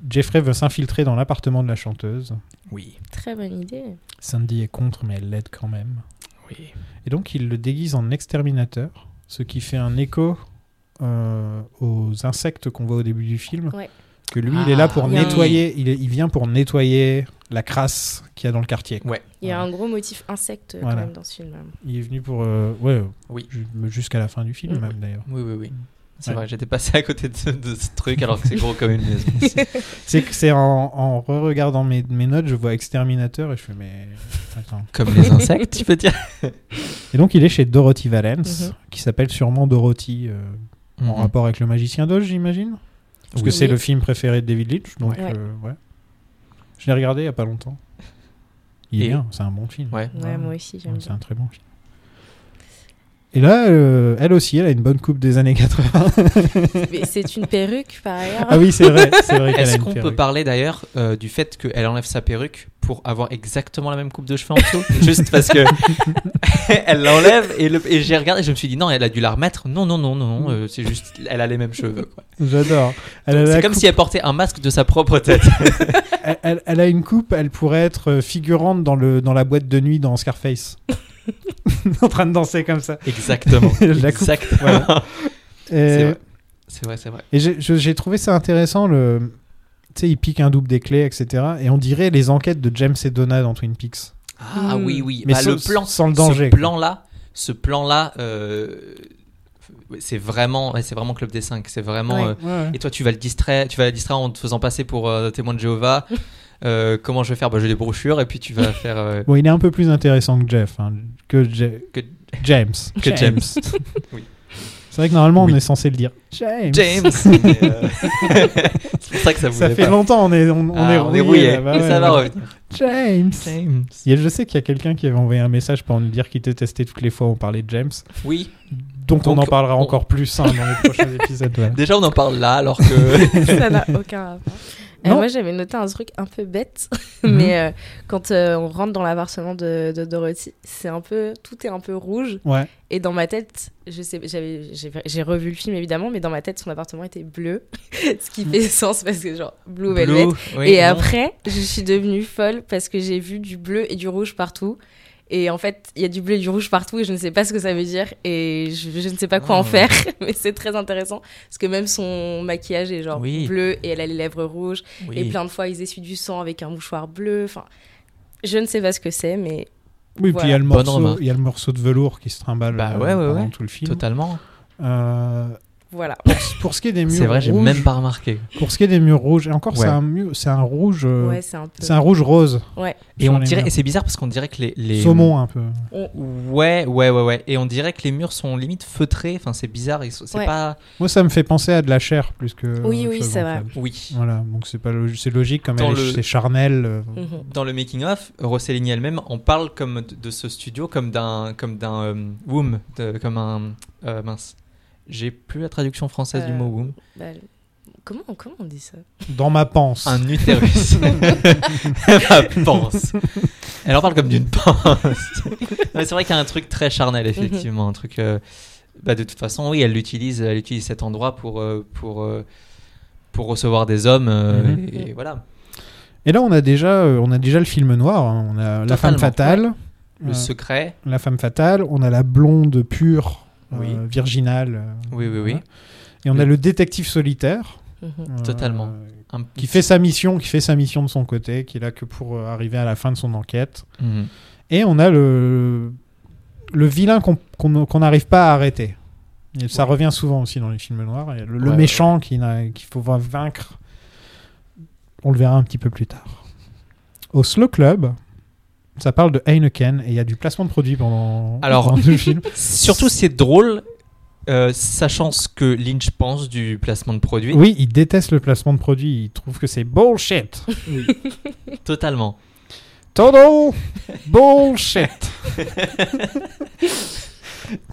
Jeffrey veut s'infiltrer dans l'appartement de la chanteuse. Oui, Très bonne idée. Sandy est contre, mais elle l'aide quand même. oui. Et donc, il le déguise en exterminateur, ce qui fait un écho euh, aux insectes qu'on voit au début du film. Ouais. Que lui, il est là pour Ah, oui. nettoyer, il, est- il vient pour nettoyer la crasse qu'il y a dans le quartier. quoi. Ouais. Il y a Voilà. un gros motif insecte euh, quand Voilà. même dans ce film. Il est venu pour. euh, ouais, Oui. ju- jusqu'à la fin du film, Mhm. même d'ailleurs. Oui, oui, oui. C'est Ouais. vrai, j'étais passé à côté de, de ce truc alors que c'est gros comme une maison. C'est- C'est que c'est en, en re-regardant mes, mes notes, je vois exterminateur et je fais, mais. Attends. comme les insectes, tu peux dire. Et donc, il est chez Dorothy Valence, Mhm. qui s'appelle sûrement Dorothy, euh, en Mhm. rapport avec le magicien d'Oz, j'imagine. Parce que Oui. c'est le film préféré de David Lynch, donc Ouais. euh, ouais. Je l'ai regardé il y a pas longtemps. Il est Et- bien, c'est un bon film. Ouais. Ouais, Ouais. moi aussi, j'aime Ouais, c'est bien. un très bon film. Et là, euh, elle aussi, elle a une bonne coupe des années 80. Mais c'est une perruque (laughs) par ailleurs. ah oui, c'est vrai, c'est vrai qu'elle a Est-ce une qu'on peut perruque. parler d'ailleurs euh, du fait qu'elle enlève sa perruque pour avoir exactement la même coupe de cheveux en dessous (laughs) Juste parce que elle l'enlève et, le- et j'ai regardé et je me suis dit non, elle a dû la remettre. Non, non, non, non, non, euh, c'est juste, elle a les mêmes cheveux. quoi. J'adore. Elle, a la C'est comme coupe- si elle portait un masque de sa (laughs) propre tête. elle- elle- elle a une coupe, elle pourrait être euh, figurante dans, le, dans la boîte de nuit dans (laughs) Scarface. (laughs) en train de danser comme ça. Exactement. La coupe, Exactement. voilà. C'est Et, vrai. C'est vrai, c'est vrai. et j'ai- je- j'ai trouvé ça intéressant, le... tu sais, il pique un double des clés, etc. Et on dirait les enquêtes de James et Donna dans Twin Peaks. Ah Mm. oui, oui. Hmm. Mais Bah, sans- le plan, sans le danger, Ce quoi. plan-là, ce plan-là, euh, c'est vraiment, ouais, c'est vraiment Club des 5 C'est vraiment. Ouais. euh, et toi, tu vas le distraire, tu vas la distraire en te faisant passer pour euh, témoin de (laughs) Jéhovah. Euh, comment je vais faire bah, J'ai des brochures et puis tu vas (laughs) faire euh, Bon, il est un peu plus intéressant que Jeff, hein, que, Je- Que- James. (laughs) que James. (laughs) Oui. C'est vrai que normalement Oui. on est censé le dire. James. James. mais, euh, (laughs) c'est pour ça que (laughs) ça Ça voulait fait pas. longtemps on est on, on Ah, est on est rouillé. rouillé. là-bas, Et ouais, ça va ouais. revenir. James. James. Il y a- je sais qu'il y a quelqu'un qui avait envoyé un message pour nous dire qu'il détestait toutes les fois où on parlait de James. Oui. Donc, on Donc, en parlera on- encore plus hein, dans les prochains (laughs) épisodes. voilà. Déjà, on en parle là alors (laughs) que. ça n'a aucun rapport. Euh, Non. moi, j'avais noté un truc un peu bête, (laughs) Mhm. mais euh, quand euh, on rentre dans l'appartement de, de Dorothy, c'est un peu, tout est un peu rouge. Ouais. Et dans ma tête, je sais, j'avais, j'ai, j'ai revu le film évidemment, mais dans ma tête, son appartement était bleu, (laughs) ce qui Mhm. fait sens parce que genre blue velvet. Blue, oui, et non. après, je suis devenue folle parce que j'ai vu du bleu et du rouge partout. Et en fait, il y a du bleu et du rouge partout et je ne sais pas ce que ça veut dire et je, je ne sais pas quoi en Ah. faire. (laughs) Mais c'est très intéressant parce que même son maquillage est genre Oui. bleu et elle a les lèvres rouges. Oui. Et plein de fois, ils essuient du sang avec un mouchoir bleu. Enfin, je ne sais pas ce que c'est, mais Oui, puis il y, a le Bonne morceau, remarque. il y a le morceau de velours qui se trimballe Bah euh, ouais, ouais, pendant ouais. tout le film. Totalement. Euh, voilà. pour ce qui est des murs C'est vrai, j'ai rouges- même pas remarqué. Pour ce qui est des murs rouges, et encore Ouais. c'est un mur- c'est un rouge, euh, Ouais, c'est un peu. c'est un rouge rose. Ouais. Et Sur on les dirait, murs. et c'est bizarre parce qu'on dirait que les, les saumon un peu. Ouais, ouais, ouais, ouais. Et on dirait que les murs sont limite feutrés. Enfin, c'est bizarre. ils sont- C'est Ouais. pas. Moi ça me fait penser à de la chair plus que. Oui, autre oui, chose, c'est en vrai. fait. Oui. Voilà, donc c'est pas logi- c'est logique comme Dans elle est- le- c'est charnel. euh, Mhm. Dans le making of, Rossellini elle-même en parle comme de, de ce studio comme d'un comme d'un euh, womb, de- comme un euh, mince. J'ai plus la traduction française du Euh, mot womb. Bah, comment, comment on dit ça Dans ma panse. Un utérus. La panse. Elle en parle comme d'une panse. Mais c'est vrai qu'il y a un truc très charnel effectivement, un truc. euh, bah, de toute façon, oui, elle l'utilise, elle utilise cet endroit pour euh, pour euh, pour recevoir des hommes euh, Mhm. et, et voilà. Et là, on a déjà, euh, on a déjà le film noir. hein. On a la femme Totalement, fatale, Le euh, secret. la femme fatale. On a la blonde pure, euh, Oui. virginale. euh, Oui, oui, oui. voilà. Et on a le détective solitaire. Mhm. euh, Totalement. Un Qui fait sa mission, qui fait sa mission de son côté, qui est là que pour euh, arriver à la fin de son enquête. Mhm. Et on a le, le vilain qu'on qu'on- qu'on n'arrive pas à arrêter. Et ça revient souvent aussi dans les films noirs. Et le, le Ouais, méchant qui n'a- qu'il faut voir vaincre, on le verra un petit peu plus tard. Au Slow Club, ça parle de Heineken et il y a du placement de produits pendant, Alors- pendant le (laughs) film. Surtout, c'est drôle, euh, sachant ce que Lynch pense du placement de produit. Oui, il déteste le placement de produits, il trouve que c'est bullshit. Totalement. Total bullshit. (laughs)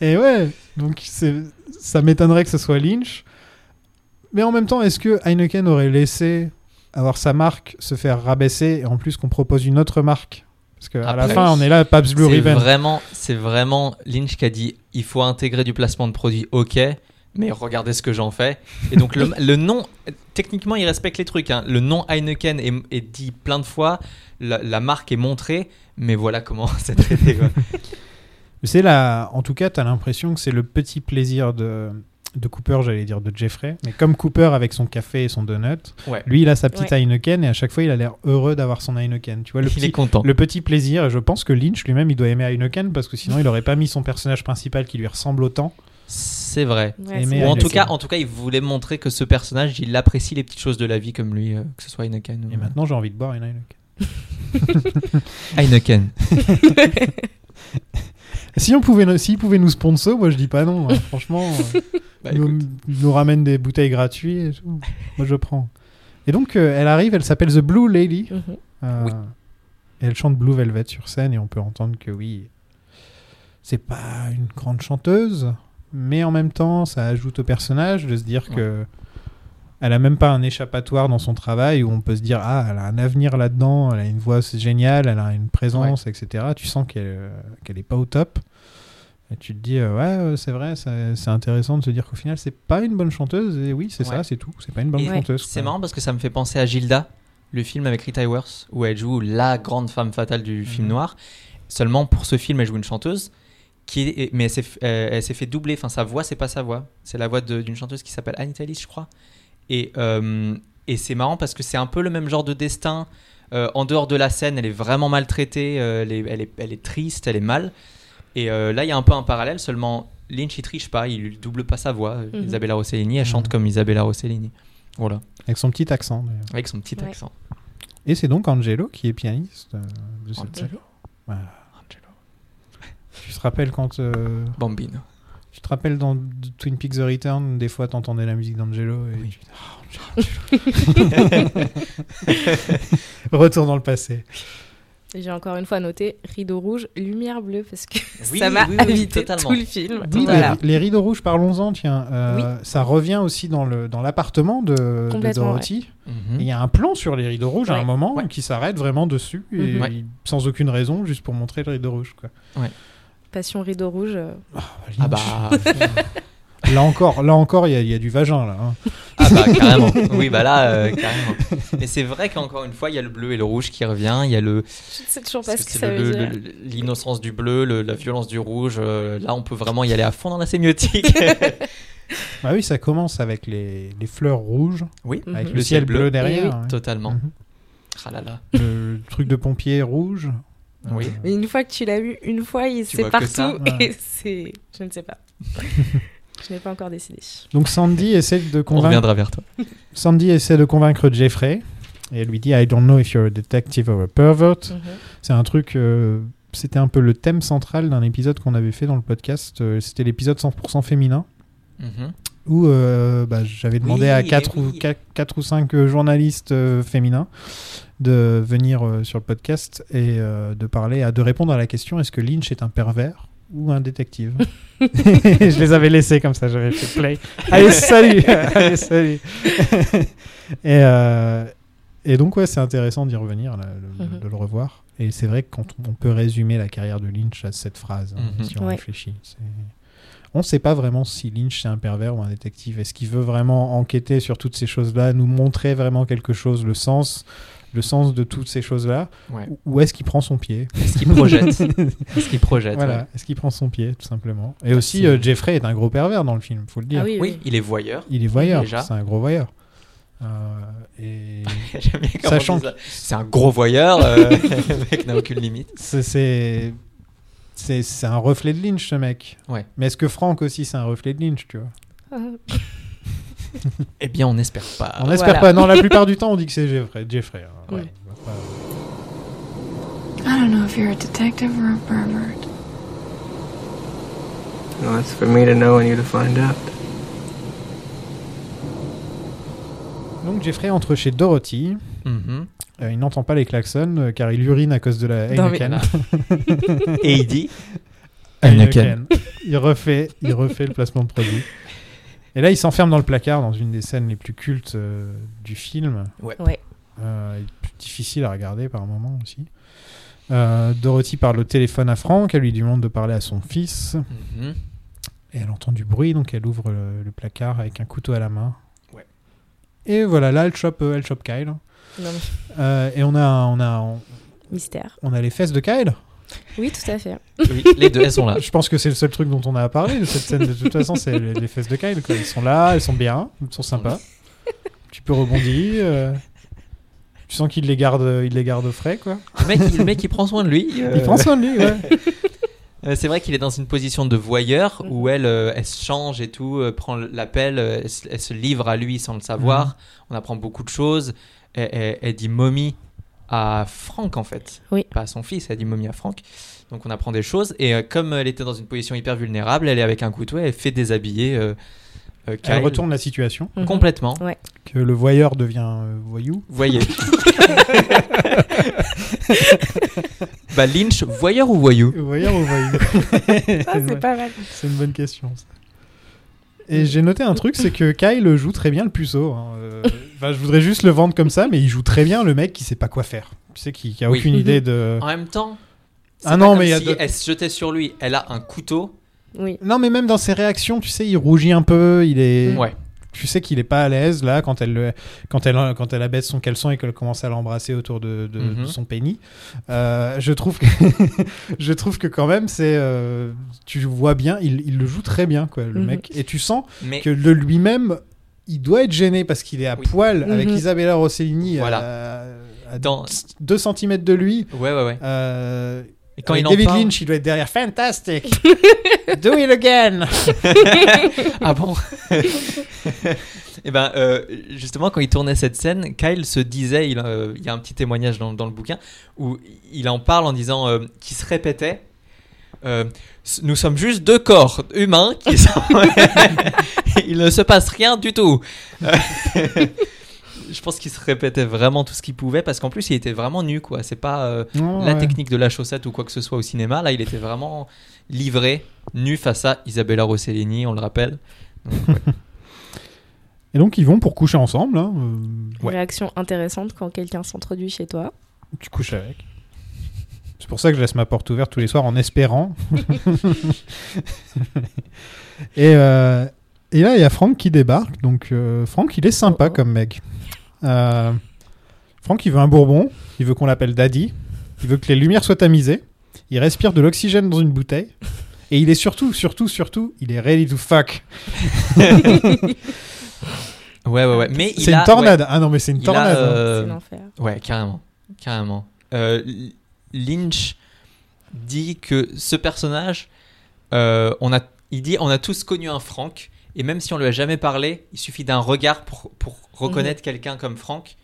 Et ouais, donc c'est- ça m'étonnerait que ce soit Lynch. Mais en même temps, est-ce que Heineken aurait laissé avoir sa marque se faire rabaisser et en plus qu'on propose une autre marque Parce qu'à la Après, fin, on est là, Pabst Blue C'est Ribbon. vraiment, c'est vraiment Lynch qui a dit il faut intégrer du placement de produit, ok, mais regardez ce que j'en fais. Et donc le, le nom, techniquement, il respecte les trucs. hein. Le nom Heineken est, est dit plein de fois, la, la marque est montrée, mais voilà comment (laughs) c'est traité. quoi. C'est là, en tout cas, t'as l'impression que c'est le petit plaisir de, de Cooper, j'allais dire de Jeffrey. Mais comme Cooper avec son café et son donut, Ouais. lui il a sa petite Heineken et à chaque fois il a l'air heureux d'avoir son Heineken. Tu vois, le il est petit, content. le petit plaisir, et je pense que Lynch lui-même, il doit aimer Heineken parce que sinon, il aurait pas mis son personnage principal qui lui ressemble autant. C'est vrai. Ouais, Aimer c'est Ou en Heineken. tout, cas, en tout cas, il voulait montrer que ce personnage, il apprécie les petites choses de la vie comme lui, euh, que ce soit Heineken ou Et maintenant, j'ai envie de boire une Heineken. Heineken. Si on pouvait, nous- s'ils pouvaient nous sponsor, moi je dis pas (laughs) non. hein. Franchement, euh, Bah, ils nous, écoute. ils nous ramènent des bouteilles gratuites et tout. Moi je prends. Et donc, euh, elle arrive, elle s'appelle The Blue Lady. Mhm. Euh, Oui. Et elle chante Blue Velvet sur scène et on peut entendre que oui, c'est pas une grande chanteuse, mais en même temps, ça ajoute au personnage de se dire que elle a même pas un échappatoire dans son travail où on peut se dire ah elle a un avenir là-dedans, elle a une voix c'est génial, elle a une présence, etc. Tu sens qu'elle euh, qu'elle est pas au top. Et tu te dis, euh, ouais, euh, c'est vrai, ça- c'est intéressant de se dire qu'au final, c'est pas une bonne chanteuse. Et oui, c'est Ouais. ça, c'est tout. C'est pas une bonne Et chanteuse. C'est quoi. marrant parce que ça me fait penser à Gilda, le film avec Rita Hayworth, où elle joue la grande femme fatale du film Mhm. noir. Seulement pour ce film, elle joue une chanteuse, qui est- mais elle s'est, f- euh, elle s'est fait doubler. Enfin, sa voix, c'est pas sa voix. C'est la voix de- d'une chanteuse qui s'appelle Anita Ellis, je crois. Et, euh, et c'est marrant parce que c'est un peu le même genre de destin. Euh, en dehors de la scène, elle est vraiment maltraitée, euh, elle, est, elle, est, elle est triste, elle est mal. Et euh, là, il y a un peu un parallèle, seulement Lynch, il triche pas, il double pas sa voix. Mhm. Isabella Rossellini, elle chante Mhm. comme Isabella Rossellini. Voilà. Avec son petit accent. d'ailleurs. Avec son petit Ouais. accent. Et c'est donc Angelo qui est pianiste euh, de cette Angelo. série. Voilà. Tu te rappelles quand euh, Bambino. tu te rappelles dans Twin Peaks The Return, des fois t'entendais la musique d'Angelo et Oui. tu dis, Ah, Angelo, Angelo. (laughs) Retour dans le passé. Et J'ai encore une fois noté rideau rouge, lumière bleue, parce que Oui, ça m'a oui, oui, habité totalement. tout le film. Oui, Voilà. les, les rideaux rouges, parlons-en, tiens. Euh, Ça revient aussi dans le dans l'appartement de, de Complètement, Dorothy. Mhm. Et Il y a un plan sur les rideaux rouges à un Ouais. moment Ouais. qui s'arrête vraiment dessus, et Mhm. Ouais. il- sans aucune raison, juste pour montrer le rideau rouge. Quoi. Passion rideau rouge. euh, Ah bah, (laughs) Là encore, là encore, il y, a- il y a du vagin là. hein. ah bah, carrément. Oui, bah (laughs) là, euh, carrément. Mais c'est vrai qu'encore une fois, il y a le bleu et le rouge qui revient. Il y a le Je ne sais toujours pas parce ce que que c'est ça le- veut le- dire. le- l'innocence du bleu, le- la violence du rouge. euh, là, on peut vraiment y aller à fond dans la (laughs) sémiotique. Bah oui, ça commence avec les, les fleurs rouges, oui, Mhm. avec le, Le ciel ciel bleu, bleu. derrière, ouais. totalement. Mhm. Ah là là. le truc de pompier rouge. Euh, Oui. Mais une fois que tu l'as eu, une fois, il Tu c'est vois que partout ça. Ouais. et c'est. Je ne (laughs) sais pas. je n'ai pas encore décidé. Donc Sandy essaie de On convaincre reviendra vers toi. Sandy essaie de convaincre Jeffrey et elle lui dit I don't know if you're a detective or a Mhm. pervert. C'est un truc euh, c'était un peu le thème central d'un épisode qu'on avait fait dans le podcast, euh, c'était l'épisode 100% féminin. Mhm. où euh, bah, j'avais demandé Oui, à eh 4 ou, oui. 4, ou 5 journalistes euh, féminins de venir euh, sur le podcast et euh, de parler à de répondre à la question est-ce que Lynch est un pervers ou un (laughs) détective (laughs) je les avais laissés comme ça j'avais fait play allez (laughs) salut allez salut (laughs) et euh, et donc ouais c'est intéressant d'y revenir là, le- Mm-hmm. Mhm. de le revoir et c'est vrai que quand on- on peut résumer la carrière de Lynch à cette phrase hein, Mhm. si on Ouais. réfléchit c'est on ne sait pas vraiment si Lynch c'est un pervers ou un détective. Est-ce qu'il veut vraiment enquêter sur toutes ces choses-là, nous montrer vraiment quelque chose, le sens, le sens de toutes ces choses-là. Ouais. Où- Où est-ce qu'il prend son (laughs) pied Est-ce qu'il projette Est-ce qu'il projette Voilà, ouais. est-ce qu'il prend son pied, tout simplement. Et aussi, c'est- euh, Jeffrey est un gros pervers dans le film, faut le dire. Ah oui, Oui, il est voyeur. (laughs) Il est voyeur, Déjà. c'est un gros voyeur. Euh, (laughs) et J'aime bien comment Sachant on dit ça. c'est un gros voyeur, euh, (laughs) le mec n'a aucune limite. c'est- c'est. C'est c'est un reflet de Lynch, ce mec. Ouais. Mais est-ce que Franck aussi, c'est un reflet de Lynch, tu vois Eh bien, on n'espère pas. On espère Ah, voilà. pas. Non, (laughs) la plupart du temps, on dit que c'est Jeffrey. Jeffrey hein. Ouais. Ouais. Enfin, I don't know if you're a detective or a pervert. Well, that's for me to know and you to find out. Donc Jeffrey entre chez Dorothy. Mhm. Euh, il n'entend pas les klaxons euh, car il urine à cause de la Non, mais- (laughs) Heineken. Et il dit Heineken. Il refait, (laughs) il refait le placement de produit. Et là, il s'enferme dans le placard dans une des scènes les plus cultes euh, du film. Ouais. Euh, plus difficile à regarder par moment aussi. Euh, Dorothy parle au téléphone à Franck, elle lui demande de parler à son fils, Mhm. et elle entend du bruit, donc elle ouvre le, le placard avec un couteau à la main. Ouais. Et voilà, là, elle chope, euh, elle chope Kyle. Non, mais- Euh, et on a, on, a, on, Mystère. on a les fesses de Kyle. Oui, tout à fait. Oui, les deux, elles sont là. Je pense que c'est le seul truc dont on a à parler de cette scène. De toute façon, c'est les, les fesses de Kyle. quoi. Elles sont là, elles sont bien, elles sont sympas. Tu peux rebondir. euh, Tu sens qu'il les garde, il les garde au frais, quoi. Le mec, il- le mec, il prend soin de lui. euh, Il prend soin de lui, (laughs) ouais. euh, c'est vrai qu'il est dans une position de voyeur Mhm. où elle, euh, elle se change et tout, euh, prend l'appel, euh, elle, se- elle se livre à lui sans le savoir. Mhm. On apprend beaucoup de choses. Elle, elle- elle dit mommy à Franck en fait, Oui. pas à son fils. Elle dit mommy à Franck. Donc on apprend des choses et euh, comme elle était dans une position hyper vulnérable, elle est avec un couteau, elle fait déshabiller. euh, euh, Elle Kyle. retourne la situation. Mhm. complètement. Que le voyeur devient euh, voyou. (laughs) Voyez. bah Lynch, voyeur ou voyou Voyeur ou voyou (laughs) Ah, c'est pas mal. C'est une bonne question. ça. Mm. Et j'ai noté un truc, c'est que Kyle joue très bien le puceau. hein. (laughs) Euh, enfin, je voudrais juste le vendre comme ça, mais il joue très bien le mec qui sait pas quoi faire. Tu sais, qui, qui a Oui. aucune idée (laughs) de. En même temps. c'est Ah pas non, comme mais il y a si d'autres- elle se jetait sur lui. Elle a un couteau. Oui. Non, mais même dans ses réactions, tu sais, il rougit un peu, il est. Mm. Ouais. Tu sais qu'il est pas à l'aise là quand elle, le- quand elle, quand elle abaisse son caleçon et qu'elle commence à l'embrasser autour de, de- Mhm. de son pénis. Euh, je trouve que, (laughs) je trouve que quand même c'est, euh, tu vois bien, il, il le joue très bien quoi, le Mm-hmm. Mhm. mec. Et tu sens Mais que de lui-même, il doit être gêné parce qu'il est à Oui. poil avec Mhm. Isabella Rossellini euh, Voilà. à, à dans. 2 cm de lui. Ouais, ouais, ouais. Euh, Et quand avec il en David parle. Lynch, il doit être derrière. Fantastic! Do it again! Ah bon Et ben, euh, justement, quand il tournait cette scène, Kyle se disait, il, euh, il y a un petit témoignage dans, dans le bouquin, où il en parle en disant euh, qu'il se répétait. euh, S- nous sommes juste deux corps humains qui sont... (laughs) il ne se passe rien du tout. (laughs) Euh, Je pense qu'il se répétait vraiment tout ce qu'il pouvait parce qu'en plus il était vraiment nu quoi. C'est pas euh, Non, la ouais. technique de la chaussette ou quoi que ce soit au cinéma. Là, il était vraiment livré, nu face à Isabella Rossellini, on le rappelle. Et donc ils vont pour coucher ensemble. hein, euh, Ouais. Réaction intéressante quand quelqu'un s'introduit chez toi. tu couches avec. C'est pour ça que je laisse ma porte ouverte tous les soirs en espérant. et, euh, et là, il y a Franck qui débarque. Donc euh, Franck, il est sympa Oh, oh. comme mec. Euh, Franck, il veut un bourbon. Il veut qu'on l'appelle Daddy. Il veut que les lumières soient tamisées. Il respire de l'oxygène dans une bouteille. Et il est surtout, surtout, surtout, il est ready to fuck. Ouais, ouais, ouais. Mais C'est il a- une tornade. Ah non, mais c'est ouais, une il a, tornade. hein. euh, C'est l'enfer. ouais, carrément. Carrément. Euh, L- Lynch dit que ce personnage, euh, on a, il dit on a tous connu un Franck, et même si on lui a jamais parlé, il suffit d'un regard pour, pour reconnaître quelqu'un comme Franck.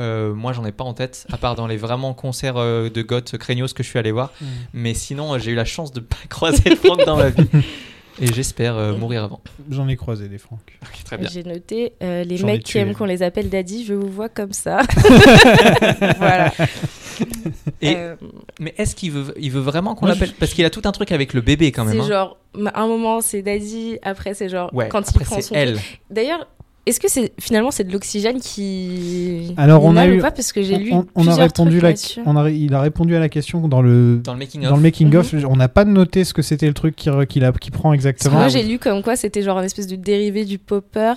Euh, moi, j'en ai pas en tête, à part dans les vraiment concerts euh, de goth craignos que je suis allé voir. Mhm. Mais sinon, euh, j'ai eu la chance de pas (laughs) croiser le Franck dans ma vie. Et j'espère euh, mourir avant. J'en ai croisé des Franck. Ok, très bien. J'ai noté euh, les J'en ai mecs qui tué. aiment qu'on les appelle daddy, je vous vois comme (laughs) ça. voilà. Et- Euh, Mais est-ce qu'il veut, il veut vraiment qu'on Moi, l'appelle Parce qu'il a tout un truc avec le bébé quand même. c'est hein. genre, ma- un moment c'est daddy, après c'est genre, Ouais, quand après, il prend c'est son. elle. D'ailleurs, est-ce que c'est finalement c'est de l'oxygène qui. Alors, on a inhale eu- ou pas Parce que j'ai lu. on, on a plusieurs répondu trucs la, là-dessus. on a- il a répondu à la question dans le Dans le making of. dans le making of, Mhm. on n'a pas noté ce que c'était le truc qu'il re- qu'il a- qu'il prend Parce que exactement. moi j'ai lu comme quoi c'était genre un espèce de dérivé du poppers.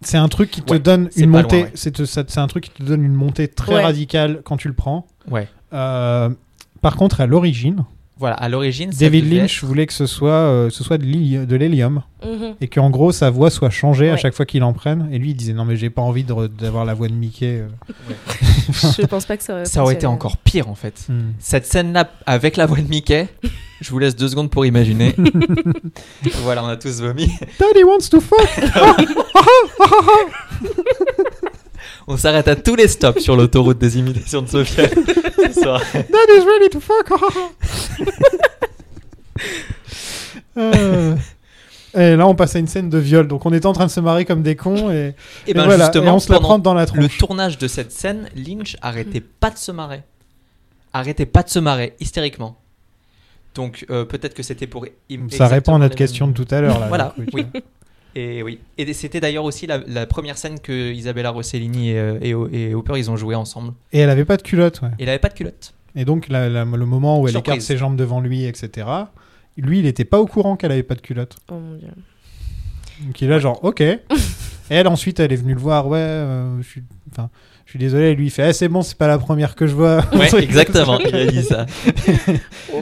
c'est un truc qui te Ouais, donne c'est une pas montée. loin, ouais. C'est te- ça- c'est un truc qui te donne une montée très Ouais. radicale quand tu le prends. Ouais. Euh, par contre, à l'origine, Voilà, à l'origine, ça David devait Lynch être- voulait que ce soit, euh, ce soit de l'héli- de l'hélium Mhm. et qu'en gros sa voix soit changée à Ouais. chaque fois qu'il en prenne. Et lui, il disait non mais j'ai pas envie de re- d'avoir la voix de Mickey. euh. (laughs) Je pense pas que ça aurait ça aurait été fonctionné. encore pire en fait. Hmm. Cette scène-là avec la voix (laughs) de Mickey, je vous laisse deux secondes pour imaginer. voilà, on a tous vomi. Daddy wants to fuck. On s'arrête à tous les stops sur l'autoroute des imitations (laughs) de Sophia. Ce soir. Daddy's ready to fuck. (laughs) Euh, Et là, on passe à une scène de viol. Donc, on était en train de se marrer comme des cons et, Et et ben voilà. Et justement, on se la prend pendant dans la le tronche. tournage de cette scène, Lynch arrêtait pas de se marrer. Arrêtait pas de se marrer, hystériquement. Donc euh, peut-être que c'était pour... im- Ça répond à notre question exactement de tout à l'heure. là, Voilà, du coup, tu oui. vois. Et oui. Et c'était d'ailleurs aussi la, la première scène que Isabella Rossellini et, euh, et, O- et Hopper ils ont joué ensemble. Et elle avait pas de culotte. ouais. Et il avait pas (laughs) de culotte. Et donc, la- la- le moment où elle Surprise. écarte ses jambes devant lui, etc. Lui, il était pas au courant qu'elle avait pas de culotte. Oh mon dieu. Donc, il est là, genre, ok. Et elle, ensuite, elle est venue le voir. Ouais, euh, je suis. Enfin, je suis désolé. Et lui, il fait, Eh, c'est bon, c'est pas la première que je (laughs) vois. Ouais, exactement. il a dit ça.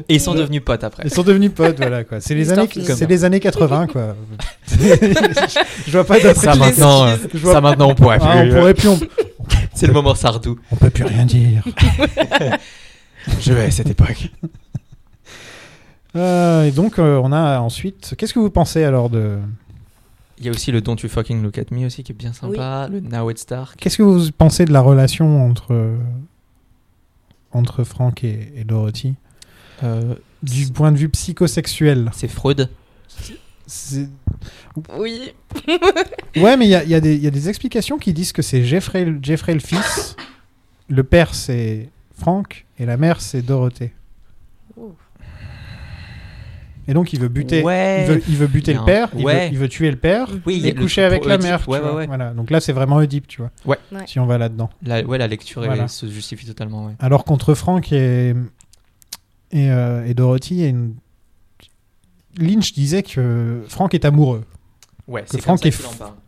Et ils sont devenus potes après. Ils sont devenus potes, voilà quoi. C'est les L'histoire années, finit comme ça. c'est les années 80 quoi. je vois pas d'autre. Ça maintenant, euh, Je vois- ça maintenant on pourrait plus. euh, Ah, on pourrait plus, on, C'est le moment Sardou. on peut plus rien dire. Je vais à cette époque. Euh, et donc euh, on a ensuite. Qu'est-ce que vous pensez alors de Il y a aussi le Don't You Fucking Look At Me aussi qui est bien sympa. Le Now It's Dark. Qu'est-ce que vous pensez de la relation entre euh, entre Franck et, et Dorothy Euh, du point de vue psychosexuel c'est Freud. C'est- Oui. Ouais, mais il y a, il y a des- il y a des explications qui disent que c'est Jeffrey, Jeffrey le fils, le père c'est Franck et la mère c'est Dorothée. Ouh. Et donc il veut buter, Ouais. il veut, il veut buter Il y a le un- père, il, ouais. veut, il veut tuer le père Oui, il y a et le- coucher avec pour la Oedipe, mère. tu ouais, ouais, vois. ouais. Voilà. Donc là c'est vraiment Oedipe, tu vois. Ouais. Ouais. Si on va là-dedans. La, ouais, la lecture elle Voilà. se justifie totalement. Ouais. Alors contre Franck et, et, euh, et Dorothy, il y a une- Lynch disait que Franck est amoureux. Ouais, c'est c'est comme Franck ça Franck est et qu'il en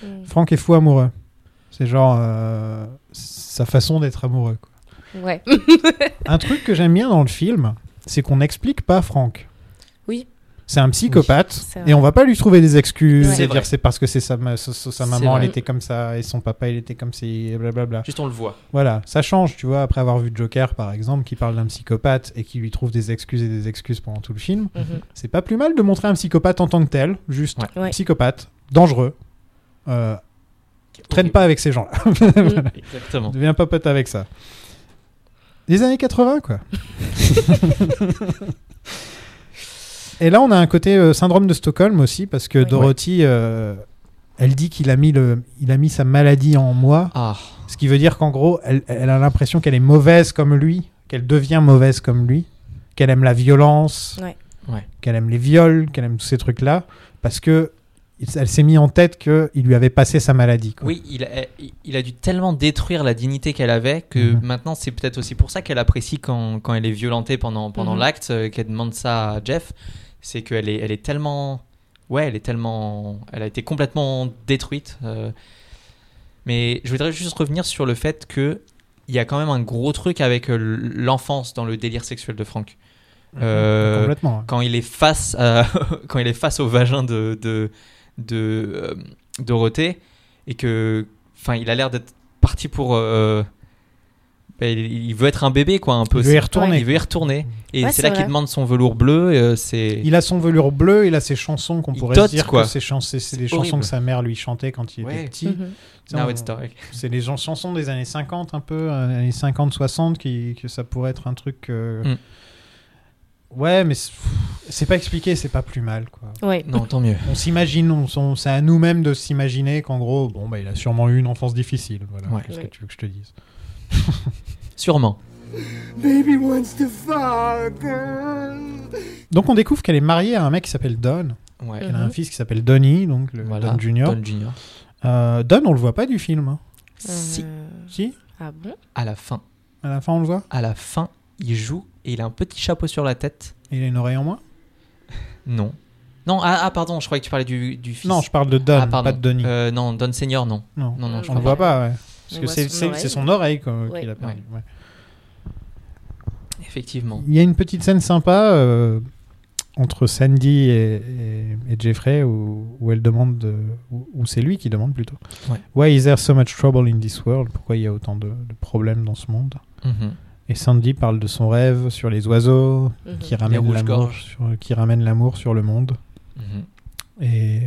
Mm. Franck est fou amoureux. C'est genre euh, sa façon d'être amoureux. quoi. (laughs) Ouais. Mm. Un truc que j'aime bien dans le film, c'est qu'on n'explique pas Franck. Oui. C'est un psychopathe c'est vrai. et on va pas lui trouver des excuses Ouais. C'est et vrai. dire c'est parce que c'est sa, ma- sa- sa- sa C'est maman elle vrai. était comme ça et son papa il était comme si et blablabla. Juste on le voit. Voilà, ça change, tu vois, après avoir vu Joker par exemple qui parle d'un psychopathe et qui lui trouve des excuses et des excuses pendant tout le film. Mhm. C'est pas plus mal de montrer un psychopathe en tant que tel, juste Ouais. Ouais. psychopathe, dangereux. Euh, traîne pas avec ces gens-là. Exactement. Deviens pas pote avec ça. Les années 80, (laughs) quoi. Et là, on a un côté euh, syndrome de Stockholm aussi, parce que Oui. Dorothy, euh, elle dit qu'il a mis, le, il a mis sa maladie en moi, Ah, ce qui veut dire qu'en gros, elle, elle a l'impression qu'elle est mauvaise comme lui, qu'elle devient mauvaise comme lui, qu'elle aime la violence, Ouais. Ouais. qu'elle aime les viols, qu'elle aime tous ces trucs-là, parce que il- elle s'est mis en tête qu'il lui avait passé sa maladie. quoi. oui, il a, il a dû tellement détruire la dignité qu'elle avait que Mhm. maintenant c'est peut-être aussi pour ça qu'elle apprécie quand, quand elle est violentée pendant, pendant Mhm. l'acte, euh, qu'elle demande ça à Jeff. C'est qu'elle est, elle est tellement. Ouais, elle est tellement. Elle a été complètement détruite. euh. Mais je voudrais juste revenir sur le fait que il y a quand même un gros truc avec euh, l'enfance dans le délire sexuel de Franck. Mhm. Euh, Complètement. hein. quand il est face à- (laughs) quand il est face au vagin de de, de euh, Dorothée et que enfin il a l'air d'être parti pour euh, ben, il il veut être un bébé quoi un peu Il veut y retourner. il veut y retourner et Ouais, c'est c'est là vrai. qu'il demande son velours bleu et, euh, c'est Il a son velours bleu, il a ses chansons qu'on Il pourrait tote, dire quoi. que c'est chan- c'est- c'est C'est des chansons horrible. que sa mère lui chantait quand il Ouais. était (laughs) petit. Mhm. Tu sais, Now on- it's dark. C'est les gens- chansons des années 50 un peu, euh, années 50, 60, qui, que ça pourrait être un truc... euh, Mm. Ouais, mais c'est c'est pas expliqué, c'est pas plus mal. Quoi. Ouais. non tant mieux On s'imagine, on, s'en- c'est à nous-mêmes de s'imaginer qu'en gros, bon, bah, il a sûrement eu une enfance difficile. Voilà, Ouais. qu'est-ce que Ouais. tu veux que je te dise sûrement Baby wants to fuck. uh. Donc on découvre qu'elle est mariée à un mec qui s'appelle Don. ouais Mhm. Elle a un fils qui s'appelle Donnie, donc Euh, le voilà Don Junior. Don Junior. Euh, Don, on le voit pas du film. hein. si Euh, Si Ah bon à la fin À la fin, on le voit à la fin il joue et il a un petit chapeau sur la tête Il a une oreille en moins non Non, ah, ah, pardon, je croyais que tu parlais du, du fils. Non, je parle de Don, ah, pardon. pas de Donnie. Euh, non, Don Senior, non. non. Non, on non, je Euh, crois le voit pas, ouais. On Parce que voit c'est- son c'est oreille. c'est son oreille comme- Ouais. qu'il a perdu. ouais. pas. Effectivement. Il y a une petite scène sympa euh, entre Sandy et, et- et Jeffrey où, où elle demande, de- où, où c'est lui qui demande plutôt. Ouais. Why is there so much trouble in this world Pourquoi il y a autant de, de problèmes dans ce monde Mhm. Et Sandy parle de son rêve sur les oiseaux Mhm. qui ramènent rouges-gorges. l'amour sur, qui ramènent l'amour sur le monde. Mhm. Et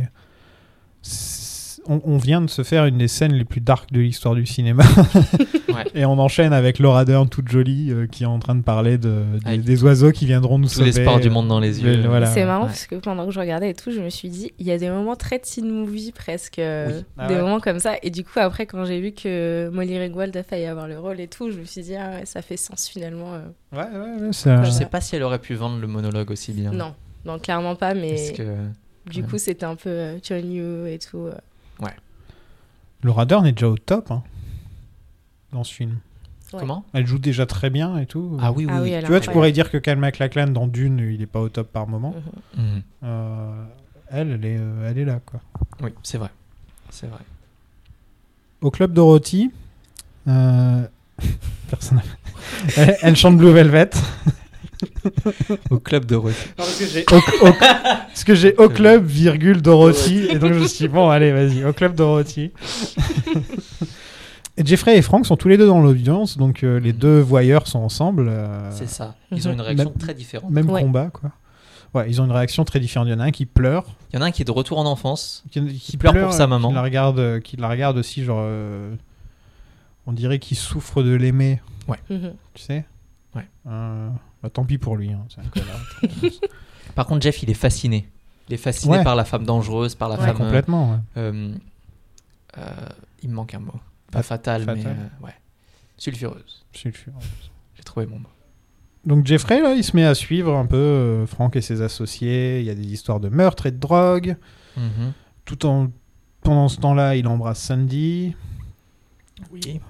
c'est- on, on vient de se faire une des scènes les plus dark de l'histoire du cinéma. (laughs) Ouais. Et on enchaîne avec Laura Dern toute jolie euh, qui est en train de parler de, des- Avec des oiseaux qui viendront nous Tout sauver. l'espoir du monde dans les Mais yeux. voilà. C'est marrant ouais. parce que pendant que je regardais et tout, je me suis dit, il y a des moments très teen movie presque, euh, Oui. Ah des ouais. moments comme ça. Et du coup, après, quand j'ai vu que Molly Ringwald a failli avoir le rôle et tout, je me suis dit, ah ouais, ça fait sens finalement. euh. Ouais, ouais, ouais, ça- Je Ouais. sais pas si elle aurait pu vendre le monologue aussi bien. Non, non, clairement pas, Parce mais que. du coup, c'était un peu euh, John Yoo et tout. euh. Laura Dern est déjà au top hein, dans ce film. Ouais. Comment Elle joue déjà très bien et tout. Ah oui, oui. Ah oui, oui. elle tu a vois, un tu problème. pourrais dire que Cal MacLachlan dans Dune, il est pas au top par moment. Mhm. Mhm. Euh, elle, elle est, euh, elle est là quoi. Oui, c'est vrai. C'est vrai. Au club Dorothy, euh, (laughs) personne. n'a- (laughs) elle, elle chante Blue Velvet. Au club de Roth. Au, (laughs) au- parce que j'ai au club virgule Dorothy et donc je me suis dit, bon allez vas-y au club (laughs) Dorothy. Et Jeffrey et Frank sont tous les deux dans l'audience donc euh, les deux voyeurs sont ensemble. euh, C'est ça. (laughs) Ils ont une réaction très différente. même Ouais. combat quoi. Ouais ils ont une réaction très différente. Il y en a un qui pleure, Il y en a un qui est de retour en enfance. qui, Qui pleure pour sa euh, maman. Qui la regarde, euh, qui la regarde aussi genre euh, on dirait qu'il souffre de l'aimer Mhm. tu sais. Ouais. Euh, bah, tant pis pour lui hein, c'est un (laughs) connard. Par contre, Jeff, il est fasciné. Il est fasciné Ouais. par la femme dangereuse, par la Ouais. femme. euh, complètement. ouais. euh, euh, il me manque un mot. Pas fatal, mais. fatal. euh, ouais. Sulfureuse. Je suis- J'ai trouvé mon mot. Donc Jeffrey, là, il se met à suivre un peu euh, Franck et ses associés. Il y a des histoires de meurtre et de drogue. Mhm. Tout en pendant ce temps-là, il embrasse Sandy. Oui.